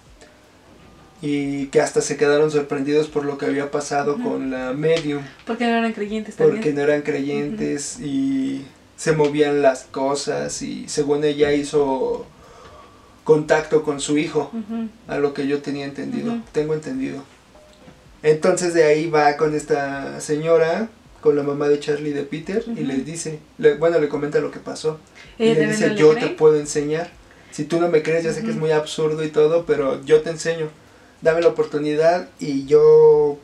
Speaker 1: Y que hasta se quedaron sorprendidos por lo que había pasado
Speaker 2: Ujú.
Speaker 1: con la medium,
Speaker 2: Porque no eran creyentes también.
Speaker 1: porque no eran creyentes y se movían las cosas y según ella hizo contacto con su hijo,
Speaker 2: Ujú,
Speaker 1: a lo que yo tenía entendido,
Speaker 2: Ujú.
Speaker 1: tengo entendido. Entonces de ahí va con esta señora, con la mamá de Charlie y de Peter, y
Speaker 2: Ujú.
Speaker 1: les dice, le- bueno, le comenta lo que pasó. Y
Speaker 2: Ella
Speaker 1: le
Speaker 2: también
Speaker 1: dice,
Speaker 2: no le
Speaker 1: yo
Speaker 2: cree.
Speaker 1: te puedo enseñar. Si tú no me crees, ya sé que es
Speaker 2: Ujú.
Speaker 1: muy absurdo y todo, pero yo te enseño. Dame la oportunidad y yo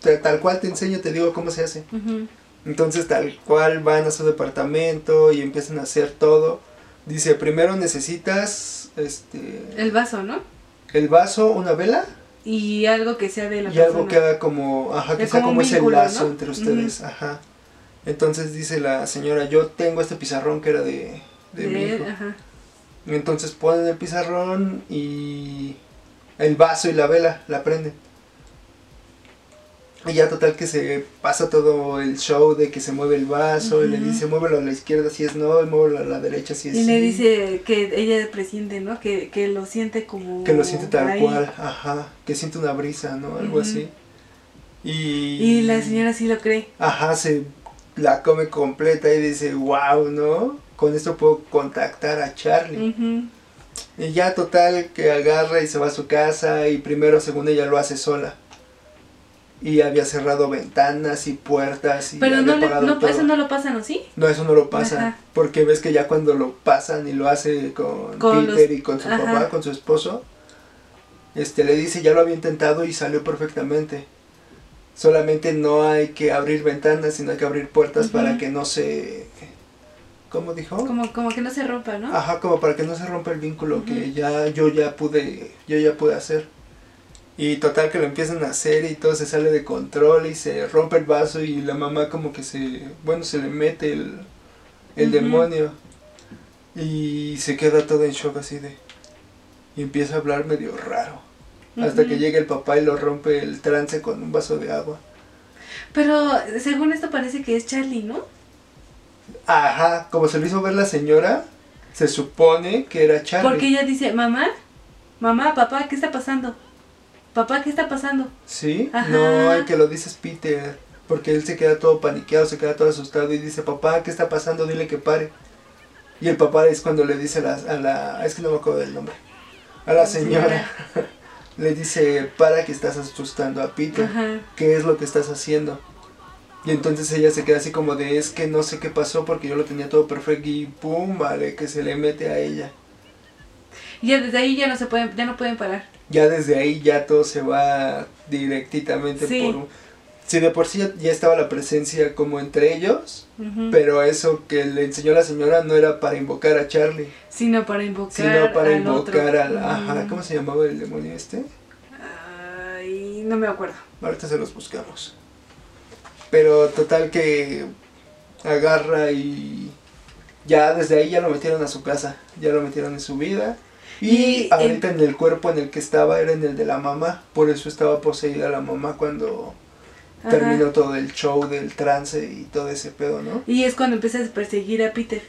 Speaker 1: ta- tal cual te enseño, te digo cómo se hace.
Speaker 2: Ujú.
Speaker 1: Entonces tal cual van a su departamento y empiezan a hacer todo. Dice, primero necesitas este
Speaker 2: El vaso, ¿no?
Speaker 1: el vaso, una vela
Speaker 2: Y algo que sea de la
Speaker 1: y algo que
Speaker 2: persona.
Speaker 1: haga como, ajá, que
Speaker 2: Es
Speaker 1: sea
Speaker 2: como un
Speaker 1: como ese
Speaker 2: vínculo,
Speaker 1: lazo
Speaker 2: ¿no?
Speaker 1: entre ustedes, ajá. Entonces dice la señora, yo tengo este pizarrón que era de, de, mi
Speaker 2: De-
Speaker 1: hijo.
Speaker 2: ajá.
Speaker 1: Entonces ponen el pizarrón y el vaso y la vela, la prenden. Y ya total que se pasa todo el show de que se mueve el vaso y le
Speaker 2: Ujú.
Speaker 1: dice muévelo a la izquierda si es no, y muévelo a la derecha si es
Speaker 2: Y le
Speaker 1: sí".
Speaker 2: dice que ella presiente, ¿no? Que, que lo siente como...
Speaker 1: que lo siente tal
Speaker 2: ahí.
Speaker 1: cual, ajá, que siente una brisa, ¿no? Algo
Speaker 2: Ujú.
Speaker 1: así. Y,
Speaker 2: Y la señora sí lo cree.
Speaker 1: Ajá, se la come completa y dice, wow, ¿no? Con esto puedo contactar a Charlie.
Speaker 2: Ujú.
Speaker 1: Y ya total que agarra y se va a su casa y primero según ella lo hace sola. Y había cerrado ventanas y puertas y
Speaker 2: Pero
Speaker 1: había
Speaker 2: no, le-
Speaker 1: apagado
Speaker 2: no-
Speaker 1: todo.
Speaker 2: eso no lo pasan, ¿o sí?
Speaker 1: No, eso no lo pasa.
Speaker 2: Ajá.
Speaker 1: Porque ves que ya cuando lo pasan y lo hace con,
Speaker 2: Con
Speaker 1: Peter
Speaker 2: los-
Speaker 1: y con su
Speaker 2: ajá.
Speaker 1: papá, con su esposo, este le dice ya lo había intentado y salió perfectamente. Solamente no hay que abrir ventanas, sino hay que abrir puertas
Speaker 2: Ujú.
Speaker 1: para que no se. ¿Cómo dijo?
Speaker 2: Como, como que no se rompa, ¿no?
Speaker 1: Ajá, como para que no se rompa el vínculo que
Speaker 2: Ujú.
Speaker 1: ya yo ya pude, yo ya pude hacer. Y total que lo empiezan a hacer y todo se sale de control y se rompe el vaso y la mamá como que se, bueno, se le mete el, el
Speaker 2: Ujú.
Speaker 1: demonio. Y se queda todo en shock así de... Y empieza a hablar medio raro. Hasta
Speaker 2: Ujú.
Speaker 1: que llega el papá y lo rompe el trance con un vaso de agua.
Speaker 2: Pero según esto parece que es Charlie, ¿no?
Speaker 1: Ajá, como se lo hizo ver la señora, se supone que era Charlie.
Speaker 2: Porque ella dice, mamá, mamá, papá, ¿qué está pasando? Papá, ¿qué está pasando?
Speaker 1: ¿Sí?
Speaker 2: Ajá.
Speaker 1: No, el que lo dice es Peter. Porque él se queda todo paniqueado, se queda todo asustado y dice, papá, ¿qué está pasando? Dile que pare. Y el papá es cuando le dice a la... a la- es que no me acuerdo del nombre. A la
Speaker 2: La señora.
Speaker 1: señora. [LAUGHS] le dice, para que estás asustando a Peter.
Speaker 2: Ajá.
Speaker 1: ¿Qué es lo que estás haciendo? Y entonces ella se queda así como de, es que no sé qué pasó porque yo lo tenía todo perfecto y pum, vale, que se le mete a ella.
Speaker 2: Y ya desde ahí ya no se pueden, ya no pueden parar.
Speaker 1: ya desde ahí ya todo se va directamente
Speaker 2: Sí.
Speaker 1: por un... Sí, de por sí ya, ya estaba la presencia como entre ellos,
Speaker 2: Ujú.
Speaker 1: pero eso que le enseñó la señora no era para invocar a Charlie,
Speaker 2: Sino para invocar
Speaker 1: sino para
Speaker 2: al
Speaker 1: invocar
Speaker 2: otro.
Speaker 1: al... Ajá,
Speaker 2: Ujú.
Speaker 1: ¿cómo se llamaba el demonio este?
Speaker 2: Ay, no me acuerdo.
Speaker 1: Ahorita se los buscamos. Pero total que agarra y ya desde ahí ya lo metieron a su casa, ya lo metieron en su vida. Y,
Speaker 2: Y
Speaker 1: ahorita en el cuerpo en el que estaba era en el de la mamá, por eso estaba poseída la mamá cuando
Speaker 2: Ajá.
Speaker 1: terminó todo el show del trance y todo ese pedo, ¿no?
Speaker 2: Y es cuando empiezas a perseguir a Peter.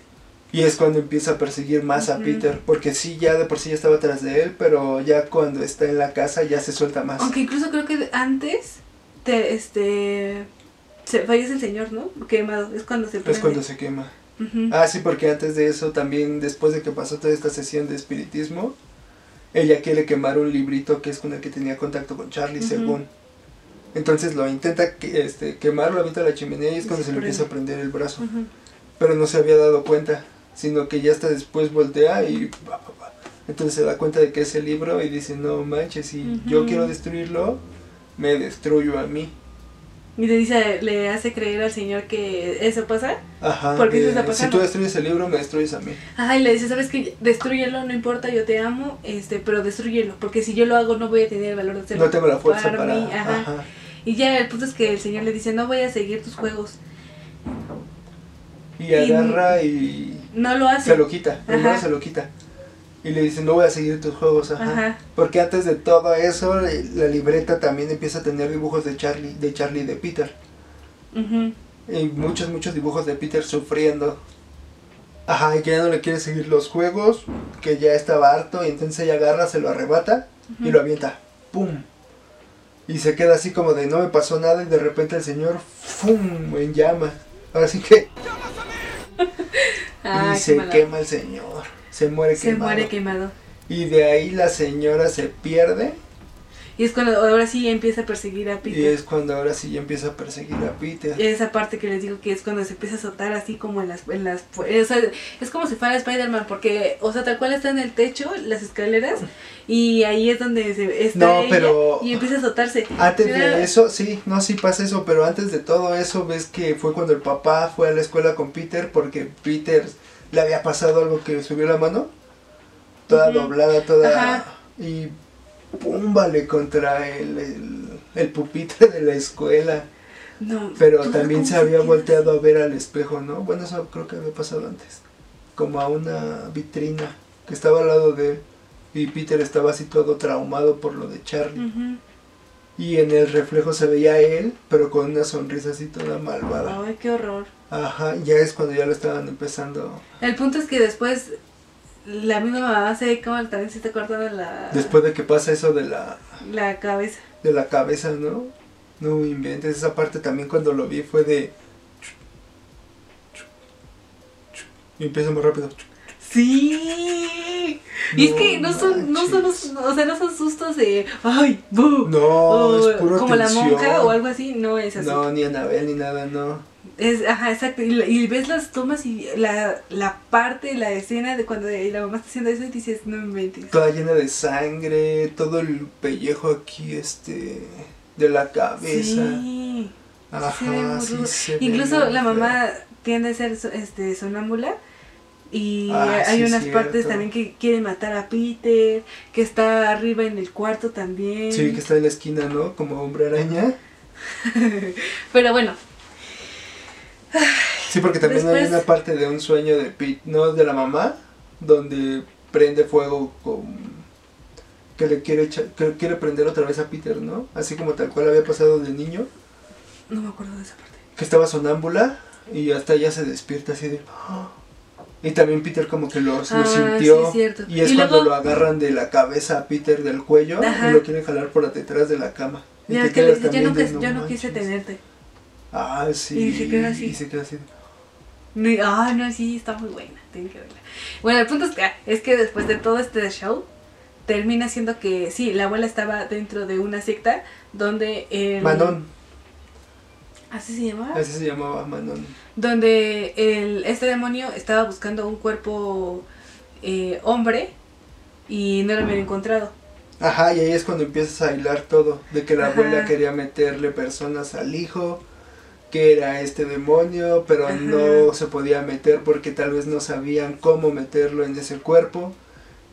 Speaker 1: Y es cuando empieza a perseguir más a
Speaker 2: Ujú.
Speaker 1: Peter, porque sí, ya de por sí ya estaba atrás de él, pero ya cuando está en la casa ya se suelta más.
Speaker 2: Aunque incluso creo que antes te, este se fallece el señor, ¿no? Quemado, es cuando se
Speaker 1: Es
Speaker 2: prende.
Speaker 1: cuando se quema.
Speaker 2: Ujú.
Speaker 1: Ah, sí, porque antes de eso también, después de que pasó toda esta sesión de espiritismo, ella quiere quemar un librito que es con el que tenía contacto con Charlie,
Speaker 2: Ujú.
Speaker 1: según. Entonces lo intenta que- este, quemar, lo avienta a la chimenea y es cuando
Speaker 2: se
Speaker 1: se le empieza a prender el brazo.
Speaker 2: Ujú.
Speaker 1: Pero no se había dado cuenta, sino que ya hasta después voltea y... pa, pa, pa. Entonces se da cuenta de que es el libro y dice, no manches, si yo
Speaker 2: Ujú.
Speaker 1: quiero destruirlo, me destruyo a mí.
Speaker 2: Y le dice, le hace creer al señor que eso pasa.
Speaker 1: Ajá.
Speaker 2: ¿Por qué se
Speaker 1: de,
Speaker 2: está
Speaker 1: si
Speaker 2: pasando?
Speaker 1: tú destruyes el libro, me destruyes a mí.
Speaker 2: Ajá, y le dice, ¿sabes qué? Destruyelo, no importa, yo te amo, este, pero destruyelo, porque si yo lo hago no voy a tener el valor de hacerlo.
Speaker 1: No tengo la fuerza para...
Speaker 2: mí, ajá.
Speaker 1: ajá.
Speaker 2: Y ya el punto es que el señor le dice, no voy a seguir tus juegos.
Speaker 1: Y agarra y
Speaker 2: No lo hace.
Speaker 1: se lo quita. Primero
Speaker 2: Ah, Ajá.
Speaker 1: se lo quita. Y le dice, no voy a seguir tus juegos, ajá.
Speaker 2: Ajá.
Speaker 1: Porque antes de todo eso, le- la libreta también empieza a tener dibujos de Charlie, de Charlie y de Peter.
Speaker 2: Ujú.
Speaker 1: Y muchos, muchos dibujos de Peter sufriendo. Ajá, y que ya no le quiere seguir los juegos, que ya estaba harto, y entonces ella agarra, se lo arrebata y lo avienta. ¡Pum! Y se queda así como de no me pasó nada y de repente el señor ¡fum! en llama. Ahora sí que
Speaker 2: Ah,
Speaker 1: y
Speaker 2: qué
Speaker 1: se
Speaker 2: mala-
Speaker 1: quema el señor. Se muere
Speaker 2: Se
Speaker 1: quemado.
Speaker 2: muere quemado.
Speaker 1: Y de ahí la señora se pierde.
Speaker 2: Y es cuando ahora sí empieza a perseguir a
Speaker 1: Y
Speaker 2: Peter.
Speaker 1: es cuando ahora sí ya empieza a perseguir a Peter.
Speaker 2: Esa parte que les digo que es cuando se empieza a azotar así como en las... En las pu- o sea, es como si fuera Spider-Man porque, o sea, tal cual está en el techo, las escaleras, y ahí es donde se está
Speaker 1: No,
Speaker 2: ella
Speaker 1: pero-
Speaker 2: y empieza a azotarse.
Speaker 1: Antes
Speaker 2: Mira,
Speaker 1: de eso, sí, no, sí pasa eso, pero antes de todo eso, ves que fue cuando el papá fue a la escuela con Peter porque Peter le había pasado algo que subió la mano, toda
Speaker 2: Ujú.
Speaker 1: doblada, toda.
Speaker 2: Ajá.
Speaker 1: Y pum, vale contra el, el, el pupitre de la escuela.
Speaker 2: No,
Speaker 1: Pero
Speaker 2: toda
Speaker 1: también se había
Speaker 2: confundida.
Speaker 1: volteado a ver al espejo, ¿no? Bueno, eso creo que había pasado antes. Como a una vitrina que estaba al lado de él. Y Peter estaba así todo traumado por lo de Charlie.
Speaker 2: Ujú.
Speaker 1: Y en el reflejo se veía a él, pero con una sonrisa así toda malvada.
Speaker 2: Ay, qué horror.
Speaker 1: Ajá, ya es cuando ya lo estaban empezando.
Speaker 2: El punto es que después la misma mamá se ve como también se está cortando la,
Speaker 1: Después de que pasa eso de la,
Speaker 2: la cabeza.
Speaker 1: de la cabeza, ¿no? No inventes, esa parte también cuando lo vi fue de... Y empieza muy rápido.
Speaker 2: Sí. y es que no son, no son,
Speaker 1: manches.
Speaker 2: los- o sea, no son sustos de, ay, bu.
Speaker 1: No,
Speaker 2: o
Speaker 1: es puro
Speaker 2: como la
Speaker 1: tensión.
Speaker 2: monja o algo así, no es así.
Speaker 1: No, ni Anabel ni nada, no.
Speaker 2: Es, ajá, exacto. Y, la- y ves las tomas y la, la parte, la escena de cuando la mamá está haciendo eso y dices, no me inventes.
Speaker 1: Toda llena de sangre, todo el pellejo aquí, este, de la cabeza.
Speaker 2: Sí. Se ve
Speaker 1: Ajá,
Speaker 2: muy
Speaker 1: sí,
Speaker 2: rudo.
Speaker 1: se ve
Speaker 2: Incluso
Speaker 1: muy
Speaker 2: la mamá
Speaker 1: feo.
Speaker 2: tiende a ser so- este, sonámbula y
Speaker 1: Ah,
Speaker 2: hay
Speaker 1: sí,
Speaker 2: unas partes
Speaker 1: cierto.
Speaker 2: también que quiere matar a Peter, que está arriba en el cuarto también.
Speaker 1: Sí, que está en la esquina, ¿no? Como hombre araña.
Speaker 2: Pero bueno,
Speaker 1: Sí, porque también hay
Speaker 2: Después-
Speaker 1: una parte de un sueño de Pete, ¿no? De la mamá, donde prende fuego con... Que le quiere, echar- que quiere prender otra vez a Peter, ¿no? Así como tal cual había pasado de niño.
Speaker 2: no me acuerdo de esa parte.
Speaker 1: que estaba sonámbula y hasta ella se despierta así de... "Ah". Y también Peter como que los, lo
Speaker 2: Ah, sí,
Speaker 1: sintió.
Speaker 2: es cierto.
Speaker 1: Y es
Speaker 2: Y
Speaker 1: cuando
Speaker 2: luego-
Speaker 1: lo agarran de la cabeza a Peter del cuello
Speaker 2: Ajá.
Speaker 1: y lo quieren jalar por detrás de la cama. Y
Speaker 2: Ya
Speaker 1: te
Speaker 2: es que le
Speaker 1: quedas
Speaker 2: dice,
Speaker 1: también
Speaker 2: yo, nunca,
Speaker 1: de, "No
Speaker 2: yo no quise
Speaker 1: manches".
Speaker 2: tenerte.
Speaker 1: Ah, sí.
Speaker 2: Y se queda así.
Speaker 1: y se queda así de,
Speaker 2: Ni- Ah, no, sí, está muy buena, tienen que verla. Bueno, el punto es que, es que después de todo este show, termina siendo que, sí, la abuela estaba dentro de una secta donde... El,
Speaker 1: Manon.
Speaker 2: ¿Así se llamaba?
Speaker 1: Así se llamaba Manon.
Speaker 2: donde el, este demonio estaba buscando un cuerpo eh, hombre y no lo habían encontrado.
Speaker 1: Ajá, y ahí es cuando empiezas a hilar todo. De que la
Speaker 2: Ajá.
Speaker 1: abuela quería meterle personas al hijo, que era este demonio, pero
Speaker 2: Ajá.
Speaker 1: no se podía meter porque tal vez no sabían cómo meterlo en ese cuerpo.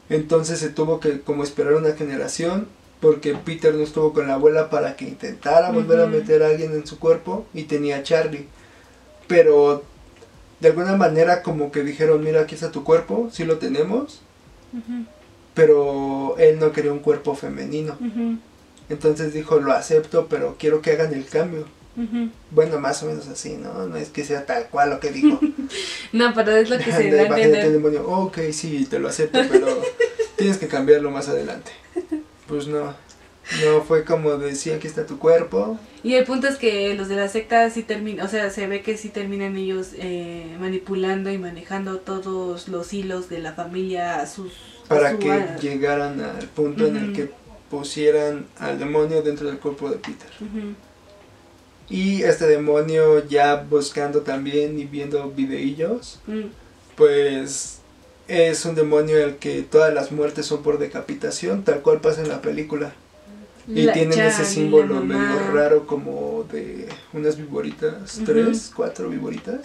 Speaker 1: Entonces se tuvo que como esperar una generación porque Peter no estuvo con la abuela para que intentara volver a
Speaker 2: Ujú.
Speaker 1: meter a alguien en su cuerpo y tenía a Charlie. Pero de alguna manera como que dijeron, mira, aquí está tu cuerpo, sí lo tenemos,
Speaker 2: Ujú,
Speaker 1: pero él no quería un cuerpo femenino.
Speaker 2: ujú,
Speaker 1: Entonces dijo, lo acepto, pero quiero que hagan el cambio.
Speaker 2: ujú.
Speaker 1: Bueno, más o menos así, ¿no? No es que sea tal cual lo que dijo.
Speaker 2: No, pero es [LAUGHS] lo que se da
Speaker 1: [LAUGHS]
Speaker 2: a
Speaker 1: Imagínate el
Speaker 2: entender.
Speaker 1: demonio, ok, sí, te lo acepto,
Speaker 2: [LAUGHS]
Speaker 1: pero tienes que cambiarlo más adelante. Pues no. No fue como de, sí, aquí está tu cuerpo.
Speaker 2: Y el punto es que los de la secta sí terminan, o sea, se ve que sí terminan ellos eh, manipulando y manejando todos los hilos de la familia a sus... a
Speaker 1: Para
Speaker 2: su-
Speaker 1: que
Speaker 2: a-
Speaker 1: llegaran al punto en el
Speaker 2: Ujú.
Speaker 1: que pusieran al demonio dentro del cuerpo de Peter.
Speaker 2: Ujú.
Speaker 1: Y este demonio ya buscando también y viendo videillos,
Speaker 2: Mm,
Speaker 1: pues es un demonio al que todas las muertes son por decapitación, tal cual pasa en la película. Y
Speaker 2: la-
Speaker 1: tienen ese
Speaker 2: Charlie,
Speaker 1: símbolo
Speaker 2: la
Speaker 1: medio
Speaker 2: mamá.
Speaker 1: raro como de unas viboritas,
Speaker 2: Ujú.
Speaker 1: tres, cuatro viboritas,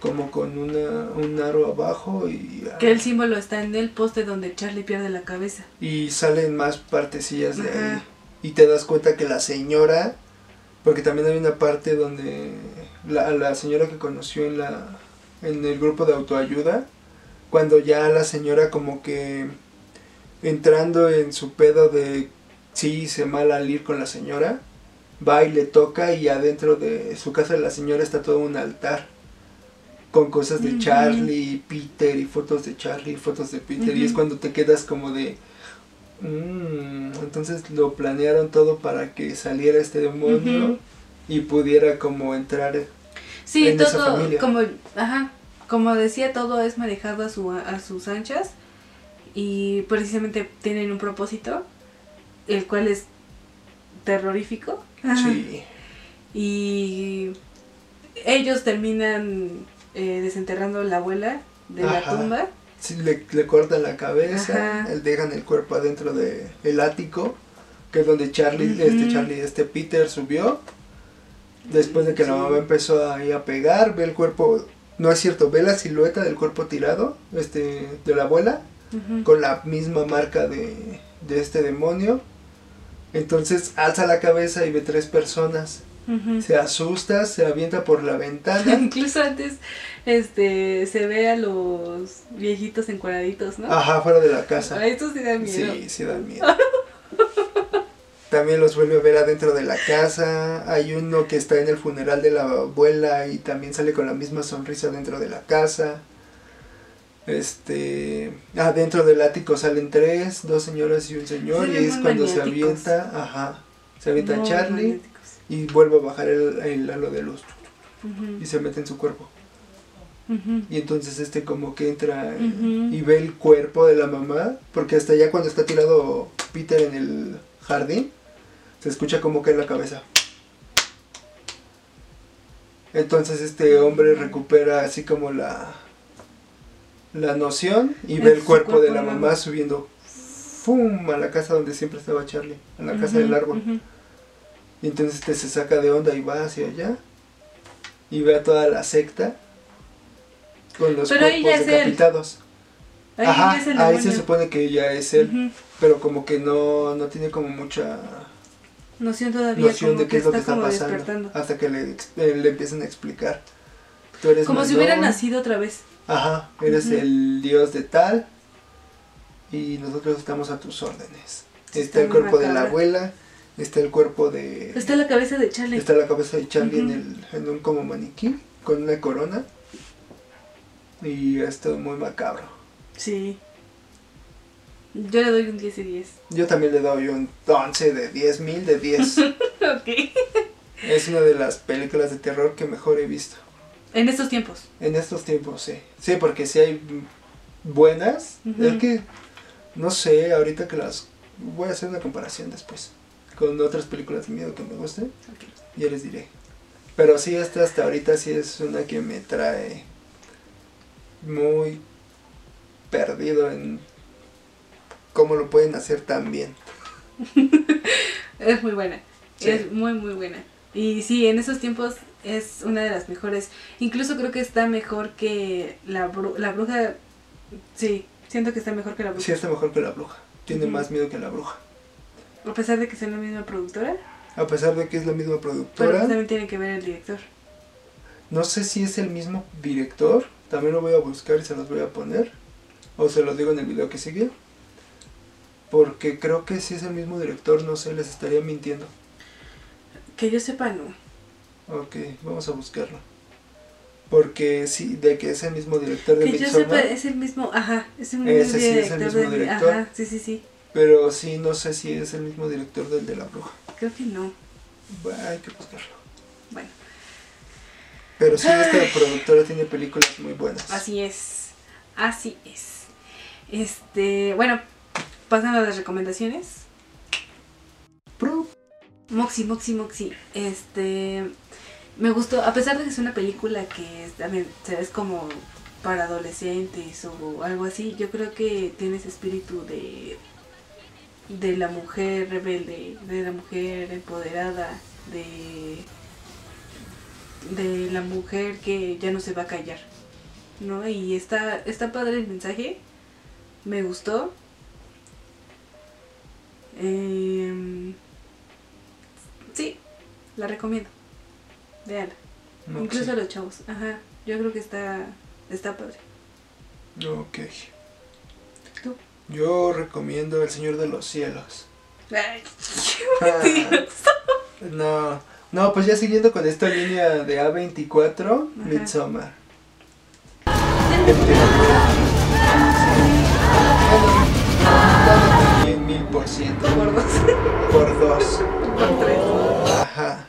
Speaker 1: como con una, un aro abajo y,
Speaker 2: Que el símbolo está en el poste donde Charlie pierde la cabeza.
Speaker 1: y salen más partecillas de ahí.
Speaker 2: Ajá.
Speaker 1: Y te das cuenta que la señora, porque también hay una parte donde la, la señora que conoció en, la, en el grupo de autoayuda, cuando ya la señora como que entrando en su pedo de sí hice mal al ir con la señora, va y le toca y adentro de su casa de la señora está todo un altar con cosas de
Speaker 2: Ujú.
Speaker 1: Charlie, Peter y fotos de Charlie, fotos de Peter y es
Speaker 2: Ujú.
Speaker 1: cuando te quedas como de "Mm, entonces lo planearon todo para que saliera este demonio
Speaker 2: Ujú.
Speaker 1: y pudiera como entrar
Speaker 2: Sí,
Speaker 1: en esa
Speaker 2: todo,
Speaker 1: familia.
Speaker 2: como, ajá, como decía, todo es manejado a, su, a sus anchas y precisamente tienen un propósito, el cual es terrorífico.
Speaker 1: sí,
Speaker 2: Y ellos terminan eh, desenterrando a la abuela de
Speaker 1: Ajá.
Speaker 2: la tumba.
Speaker 1: Sí, le, le cortan la cabeza,
Speaker 2: Ajá.
Speaker 1: le dejan el cuerpo adentro de el ático, que es donde Charlie,
Speaker 2: Ujú.
Speaker 1: este Charlie, este Peter subió. Después de que la
Speaker 2: Sí.
Speaker 1: mamá empezó a ir a pegar, ve el cuerpo, no es cierto, ve la silueta del cuerpo tirado, este, de la abuela,
Speaker 2: Ujú.
Speaker 1: con la misma marca de, de este demonio. Entonces alza la cabeza y ve tres personas.
Speaker 2: Ujú.
Speaker 1: Se asusta, se avienta por la ventana.
Speaker 2: [LAUGHS] Incluso antes este, se ve a los viejitos encuadraditos, ¿no?
Speaker 1: Ajá, fuera de la casa.
Speaker 2: A estos sí dan miedo.
Speaker 1: Ah, Sí, sí dan miedo. [LAUGHS] También los vuelve a ver adentro de la casa. Hay uno que está en el funeral de la abuela y también sale con la misma sonrisa dentro de la casa. Este, adentro del ático salen tres, dos señoras y un señor
Speaker 2: Sí,
Speaker 1: y es
Speaker 2: muy
Speaker 1: cuando se
Speaker 2: maniáticos.
Speaker 1: avienta, ajá, se avienta
Speaker 2: Muy
Speaker 1: Charlie
Speaker 2: magnéticos.
Speaker 1: y vuelve a bajar el, el halo de luz y
Speaker 2: Ujú,
Speaker 1: se mete en su cuerpo.
Speaker 2: ujú.
Speaker 1: Y entonces este como que entra eh,
Speaker 2: Ujú.
Speaker 1: y ve el cuerpo de la mamá, porque hasta allá cuando está tirado Peter en el jardín, se escucha como cae la cabeza. Entonces este hombre recupera así como la la noción y ve
Speaker 2: Es
Speaker 1: el
Speaker 2: su
Speaker 1: cuerpo, de
Speaker 2: cuerpo,
Speaker 1: la
Speaker 2: ¿no?
Speaker 1: mamá subiendo ¡fum! a la casa donde siempre estaba Charlie, a la casa del
Speaker 2: Ujú,
Speaker 1: árbol.
Speaker 2: ujú.
Speaker 1: Y entonces este se saca de onda y va hacia allá. Y ve a toda la secta. Con los
Speaker 2: Pero ahí ya
Speaker 1: cuerpos
Speaker 2: es él.
Speaker 1: decapitados.
Speaker 2: Ahí
Speaker 1: Ajá,
Speaker 2: es el
Speaker 1: ahí
Speaker 2: demonio.
Speaker 1: se supone que ya es él.
Speaker 2: Ujú.
Speaker 1: Pero como que no, no tiene como mucha
Speaker 2: Noción todavía
Speaker 1: noción
Speaker 2: como
Speaker 1: de qué es lo que está
Speaker 2: como
Speaker 1: pasando.
Speaker 2: despertando.
Speaker 1: Hasta que le, ex- eh, le empiezan a explicar. Tú eres
Speaker 2: Como si
Speaker 1: Mandón,
Speaker 2: hubiera nacido otra vez.
Speaker 1: Ajá, eres
Speaker 2: Ujú.
Speaker 1: el dios de tal. Y nosotros estamos a tus órdenes. Está
Speaker 2: Sí,
Speaker 1: el
Speaker 2: está muy
Speaker 1: cuerpo de la
Speaker 2: macabra.
Speaker 1: abuela. Está el cuerpo de...
Speaker 2: Está la cabeza de Charlie.
Speaker 1: Está la cabeza de Charlie en,
Speaker 2: Ujú.
Speaker 1: el, en un como maniquí con una corona. Y esto es muy macabro.
Speaker 2: Sí. Yo le doy un 10 y 10.
Speaker 1: Yo también le doy un 11 de 10 mil de
Speaker 2: [LAUGHS]
Speaker 1: 10.
Speaker 2: ok.
Speaker 1: es una de las películas de terror que mejor he visto.
Speaker 2: En estos tiempos.
Speaker 1: En estos tiempos, sí. Sí, porque si hay buenas.
Speaker 2: Ujú.
Speaker 1: Es que, no sé, ahorita que las... Voy a hacer una comparación después. Con otras películas de miedo que me gusten.
Speaker 2: Ok.
Speaker 1: Ya les diré. Pero sí, esta hasta ahorita sí es una que me trae muy perdido en cómo lo pueden hacer tan bien.
Speaker 2: Es muy buena.
Speaker 1: Sí.
Speaker 2: Es muy, muy buena. Y sí, en esos tiempos es una de las mejores. Incluso creo que está mejor que la, bru- la bruja. Sí, siento que está mejor que la bruja.
Speaker 1: Sí, está mejor que la bruja. Tiene
Speaker 2: Ujú.
Speaker 1: más miedo que la bruja.
Speaker 2: A pesar de que son la misma productora,
Speaker 1: A pesar de que es la misma
Speaker 2: pero
Speaker 1: productora.
Speaker 2: pues también tiene que ver el director.
Speaker 1: No sé si es el mismo director. También lo voy a buscar y se los voy a poner. O se los digo en el video que sigue. Porque creo que si es el mismo director, no sé, les estaría mintiendo.
Speaker 2: Que yo sepa, no.
Speaker 1: Ok, vamos a buscarlo. Porque sí, de que es el mismo director de
Speaker 2: Que yo sepa, eh.
Speaker 1: Midsommar.
Speaker 2: es el mismo, ajá, es el mismo
Speaker 1: Ese sí es el
Speaker 2: director.
Speaker 1: mismo
Speaker 2: de-
Speaker 1: director.
Speaker 2: Ajá, sí, sí, sí.
Speaker 1: Pero sí, no sé si es el mismo director del de la bruja.
Speaker 2: Creo que no.
Speaker 1: Bueno, hay que buscarlo.
Speaker 2: Bueno,
Speaker 1: Pero sí, esta productora tiene películas muy buenas.
Speaker 2: así es. Así es. Este, bueno, pasan a las recomendaciones.
Speaker 1: Pro.
Speaker 2: Moxie, Moxie, Moxie. Este. Me gustó, a pesar de que es una película que es, también o sea, es como para adolescentes o algo así, yo creo que tiene ese espíritu de. de la mujer rebelde, de la mujer empoderada, de. de la mujer que ya no se va a callar. ¿No? Y está, está padre el mensaje. Me gustó. Em, Sí, la recomiendo. Veanla.
Speaker 1: No,
Speaker 2: Incluso
Speaker 1: sí.
Speaker 2: a los chavos. Ajá. Yo creo que está, está padre.
Speaker 1: Ok.
Speaker 2: ¿Tú?
Speaker 1: Yo recomiendo El Señor de los Cielos.
Speaker 2: Ay, [LAUGHS]
Speaker 1: Ah.
Speaker 2: mentiroso.
Speaker 1: No, no, pues ya siguiendo con esta línea de A24, Midsommar. En mil por ciento,
Speaker 2: Por dos,
Speaker 1: por dos.
Speaker 2: por tres.
Speaker 1: Ajá.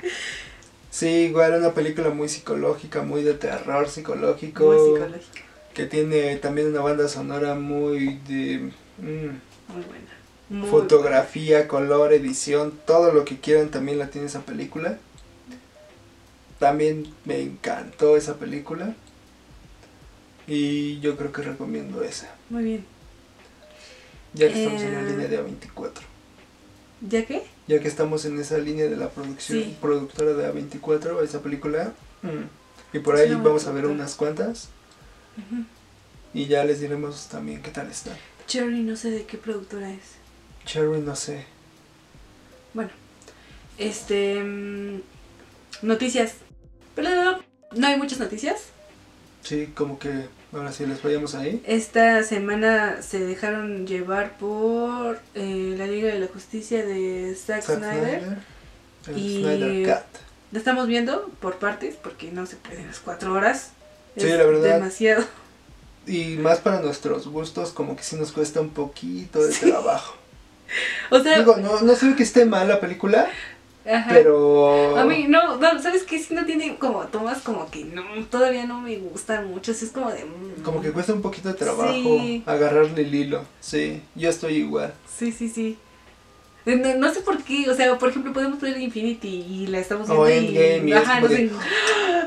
Speaker 1: Sí, igual una película muy psicológica, muy de terror psicológico,
Speaker 2: Muy psicológica.
Speaker 1: que tiene también una banda sonora muy de mm,
Speaker 2: Muy buena. Muy
Speaker 1: fotografía, color, edición, todo lo que quieran también la tiene esa película. También me encantó esa película. Y yo creo que recomiendo esa.
Speaker 2: Muy bien.
Speaker 1: Ya que estamos en la
Speaker 2: Eh.
Speaker 1: línea de A24.
Speaker 2: ¿Ya qué?
Speaker 1: Ya que estamos en esa línea de la producción
Speaker 2: Sí.
Speaker 1: productora de A24, esa película. mm, Y por
Speaker 2: Es
Speaker 1: ahí
Speaker 2: una buena
Speaker 1: vamos a ver
Speaker 2: productora.
Speaker 1: unas cuantas. Y ya les diremos también qué tal está.
Speaker 2: Cherry, no sé de qué productora es.
Speaker 1: Cherry, no sé.
Speaker 2: Bueno. Este. mm, Noticias. Pero no hay muchas noticias.
Speaker 1: Sí, como que ahora sí les vayamos ahí.
Speaker 2: Esta semana se dejaron llevar por eh, la Liga de la Justicia de Zack,
Speaker 1: Zack
Speaker 2: Snyder.
Speaker 1: El
Speaker 2: Y-
Speaker 1: Snyder Cat.
Speaker 2: La estamos viendo por partes porque no se pueden las cuatro horas.
Speaker 1: Sí, la verdad.
Speaker 2: Demasiado. [LAUGHS]
Speaker 1: Y más para nuestros gustos, como que sí nos cuesta un poquito de trabajo.
Speaker 2: O sea,
Speaker 1: Digo, no, no se ve que esté mal la película,
Speaker 2: ajá.
Speaker 1: pero...
Speaker 2: A mí, no, no, ¿sabes qué? Si no tiene como tomas como que no, todavía no me gustan mucho. Así es como de. mm.
Speaker 1: Como que cuesta un poquito de trabajo
Speaker 2: Sí.
Speaker 1: agarrarle el hilo. Sí, yo estoy igual.
Speaker 2: Sí, sí, sí. Eh, No, no sé por qué, o sea, por ejemplo, podemos poner Infinity y la estamos
Speaker 1: O
Speaker 2: viendo
Speaker 1: Endgame
Speaker 2: y...
Speaker 1: y
Speaker 2: Ajá,
Speaker 1: es
Speaker 2: no
Speaker 1: como
Speaker 2: sé.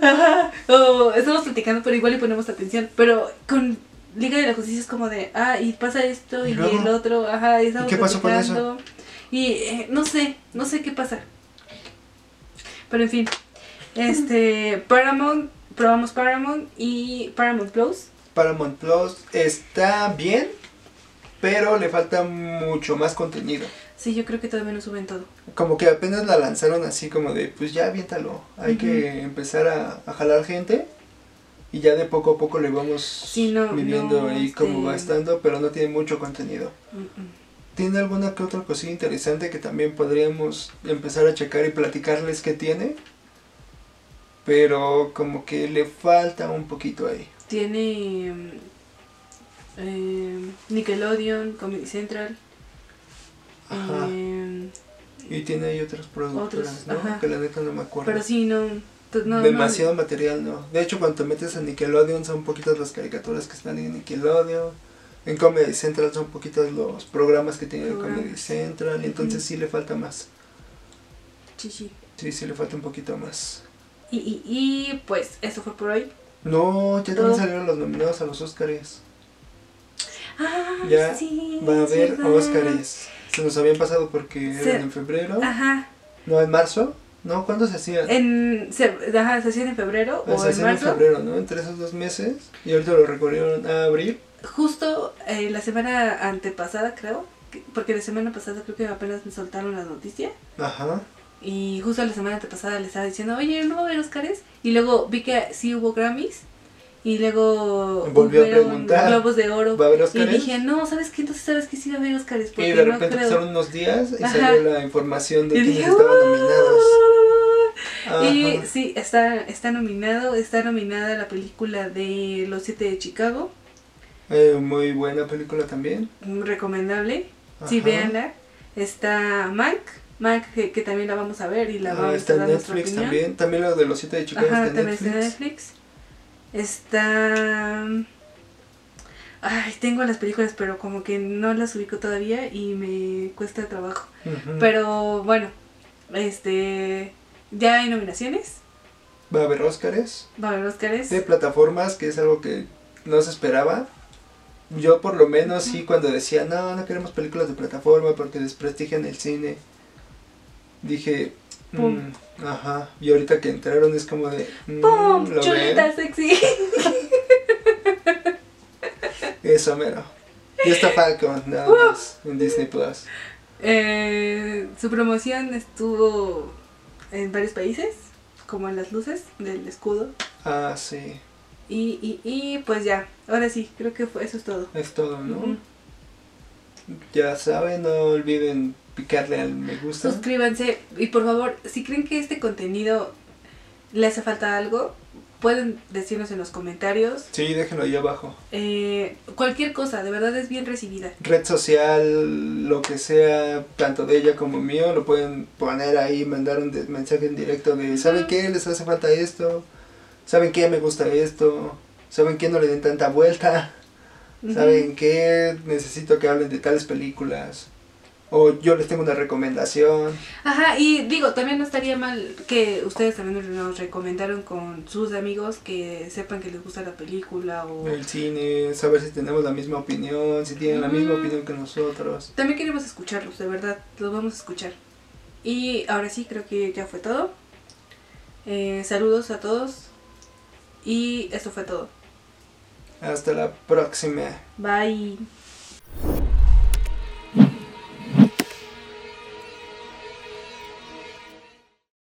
Speaker 2: Ajá, o estamos platicando, pero igual y ponemos atención. Pero con Liga de la Justicia es como de, ah, y pasa esto
Speaker 1: ¿Y
Speaker 2: y,
Speaker 1: luego?
Speaker 2: el otro, ajá, y estamos
Speaker 1: qué pasó con eso?
Speaker 2: platicando. Y eh, no sé, no sé qué pasa. Pero en fin, este, Paramount, probamos Paramount y Paramount Plus.
Speaker 1: Paramount Plus está bien, pero le falta mucho más contenido.
Speaker 2: Sí, yo creo que todavía no suben todo.
Speaker 1: Como que apenas la lanzaron así como de, pues ya aviéntalo. Hay que empezar a, a jalar gente. Y ya de poco a poco le vamos
Speaker 2: Sí, no,
Speaker 1: midiendo
Speaker 2: no,
Speaker 1: ahí cómo
Speaker 2: este-
Speaker 1: va estando, pero no tiene mucho contenido.
Speaker 2: Mm, mm.
Speaker 1: ¿Tiene alguna que otra cosilla interesante que también podríamos empezar a checar y platicarles que tiene? Pero como que le falta un poquito ahí.
Speaker 2: Tiene mm, eh, Nickelodeon, Comedy Central,
Speaker 1: Ajá.
Speaker 2: eh,
Speaker 1: Y tiene ahí otras productoras,
Speaker 2: Otros,
Speaker 1: ¿no?
Speaker 2: ajá.
Speaker 1: Que la neta no me acuerdo.
Speaker 2: pero sí, no, t- no, no.
Speaker 1: Demasiado material, ¿no? De hecho, cuando te metes a Nickelodeon son poquitas las caricaturas que están en Nickelodeon. En Comedy Central son poquitos los programas que tiene
Speaker 2: Programas.
Speaker 1: Comedy Central. Entonces sí le falta más.
Speaker 2: Sí, sí.
Speaker 1: Sí, sí le falta un poquito más.
Speaker 2: Y, y, y, pues eso fue por hoy.
Speaker 1: No, ya
Speaker 2: Todo.
Speaker 1: también salieron los nominados a los Oscars.
Speaker 2: Ah,
Speaker 1: Ya
Speaker 2: sí,
Speaker 1: Va a
Speaker 2: es
Speaker 1: haber
Speaker 2: verdad.
Speaker 1: Óscares. Se nos habían pasado porque
Speaker 2: Se-
Speaker 1: eran en febrero.
Speaker 2: Ajá.
Speaker 1: No, en marzo. No, ¿cuándo se hacían?
Speaker 2: En, se, ajá, se hacían en febrero
Speaker 1: Ah,
Speaker 2: Eh, o
Speaker 1: se
Speaker 2: en
Speaker 1: hacían en
Speaker 2: marzo.
Speaker 1: febrero, ¿no? Entre esos dos meses. Y ahorita lo recorrieron a abril.
Speaker 2: Justo eh, la semana antepasada, creo, que- porque la semana pasada creo que apenas me soltaron la noticia.
Speaker 1: Ajá.
Speaker 2: Y justo la semana pasada le estaba diciendo, oye, no va a haber Oscars. Y luego vi que sí hubo Grammys. Y luego
Speaker 1: Volvió a
Speaker 2: hubieron
Speaker 1: preguntar,
Speaker 2: Globos de Oro.
Speaker 1: ¿Va a haber
Speaker 2: y
Speaker 1: Óscares?
Speaker 2: dije, no, ¿sabes qué? Entonces sabes que sí va a haber Oscars.
Speaker 1: Y
Speaker 2: Porque
Speaker 1: de
Speaker 2: no
Speaker 1: repente
Speaker 2: creo.
Speaker 1: pasaron unos días y
Speaker 2: Ajá.
Speaker 1: salió la información de
Speaker 2: y
Speaker 1: quienes
Speaker 2: dije,
Speaker 1: estaban
Speaker 2: "Ah".
Speaker 1: nominados. Ajá.
Speaker 2: Y sí, está, está nominado, está nominada la película de Los Siete de Chicago,
Speaker 1: Eh, muy buena película también.
Speaker 2: recomendable, sí,
Speaker 1: Ajá.
Speaker 2: véanla. Está Mank, Mank que, que también la vamos a ver y la
Speaker 1: Ah,
Speaker 2: vamos
Speaker 1: está
Speaker 2: a
Speaker 1: en
Speaker 2: dar nuestra
Speaker 1: Netflix
Speaker 2: opinión.
Speaker 1: también. También la de los siete de Chicago
Speaker 2: Ajá,
Speaker 1: está en
Speaker 2: también está en
Speaker 1: Netflix.
Speaker 2: Netflix. Está... Ay, tengo las películas, pero como que no las ubico todavía y me cuesta trabajo.
Speaker 1: Ujú.
Speaker 2: Pero bueno, este... Ya hay nominaciones,
Speaker 1: Va a haber Óscares
Speaker 2: va a haber Óscares.
Speaker 1: de plataformas, que es algo que no se esperaba. Yo por lo menos sí cuando decía, no, no queremos películas de plataforma porque desprestigian el cine. Dije,
Speaker 2: Pum.
Speaker 1: "Mm, ajá. Y ahorita que entraron es como de, "Mm,
Speaker 2: ¡Pum!
Speaker 1: lo ven".
Speaker 2: Chulita sexy. [LAUGHS]
Speaker 1: Eso mero. Y está Falcon, nada más, en Disney Plus.
Speaker 2: Eh, su promoción estuvo en varios países, como en las luces del escudo.
Speaker 1: Ah, sí,
Speaker 2: Y, y, y pues ya, ahora sí, creo que fue, eso es todo.
Speaker 1: es todo, ¿no?
Speaker 2: Ujú.
Speaker 1: Ya saben, no olviden picarle al me gusta.
Speaker 2: Suscríbanse y por favor, si creen que este contenido le hace falta algo, pueden decirnos en los comentarios.
Speaker 1: Sí, déjenlo ahí abajo.
Speaker 2: Eh, cualquier cosa, de verdad es bien recibida.
Speaker 1: Red social, lo que sea, tanto de ella como mío, lo pueden poner ahí, mandar un de- mensaje en directo de, ¿saben
Speaker 2: Ujú.
Speaker 1: qué? Les hace falta esto. ¿Saben qué? Me gusta esto. ¿Saben qué? No le den tanta vuelta. ¿Saben qué? Necesito que hablen de tales películas. O yo les tengo una recomendación.
Speaker 2: Ajá, y digo, también no estaría mal que ustedes también nos recomendaron con sus amigos que sepan que les gusta la película o...
Speaker 1: El cine, saber si tenemos la misma opinión, si tienen la misma
Speaker 2: Ujú.
Speaker 1: opinión que nosotros.
Speaker 2: También queremos escucharlos, de verdad, los vamos a escuchar. Y ahora sí, creo que ya fue todo. Eh, saludos a todos. Y esto fue todo.
Speaker 1: Hasta la próxima.
Speaker 2: Bye.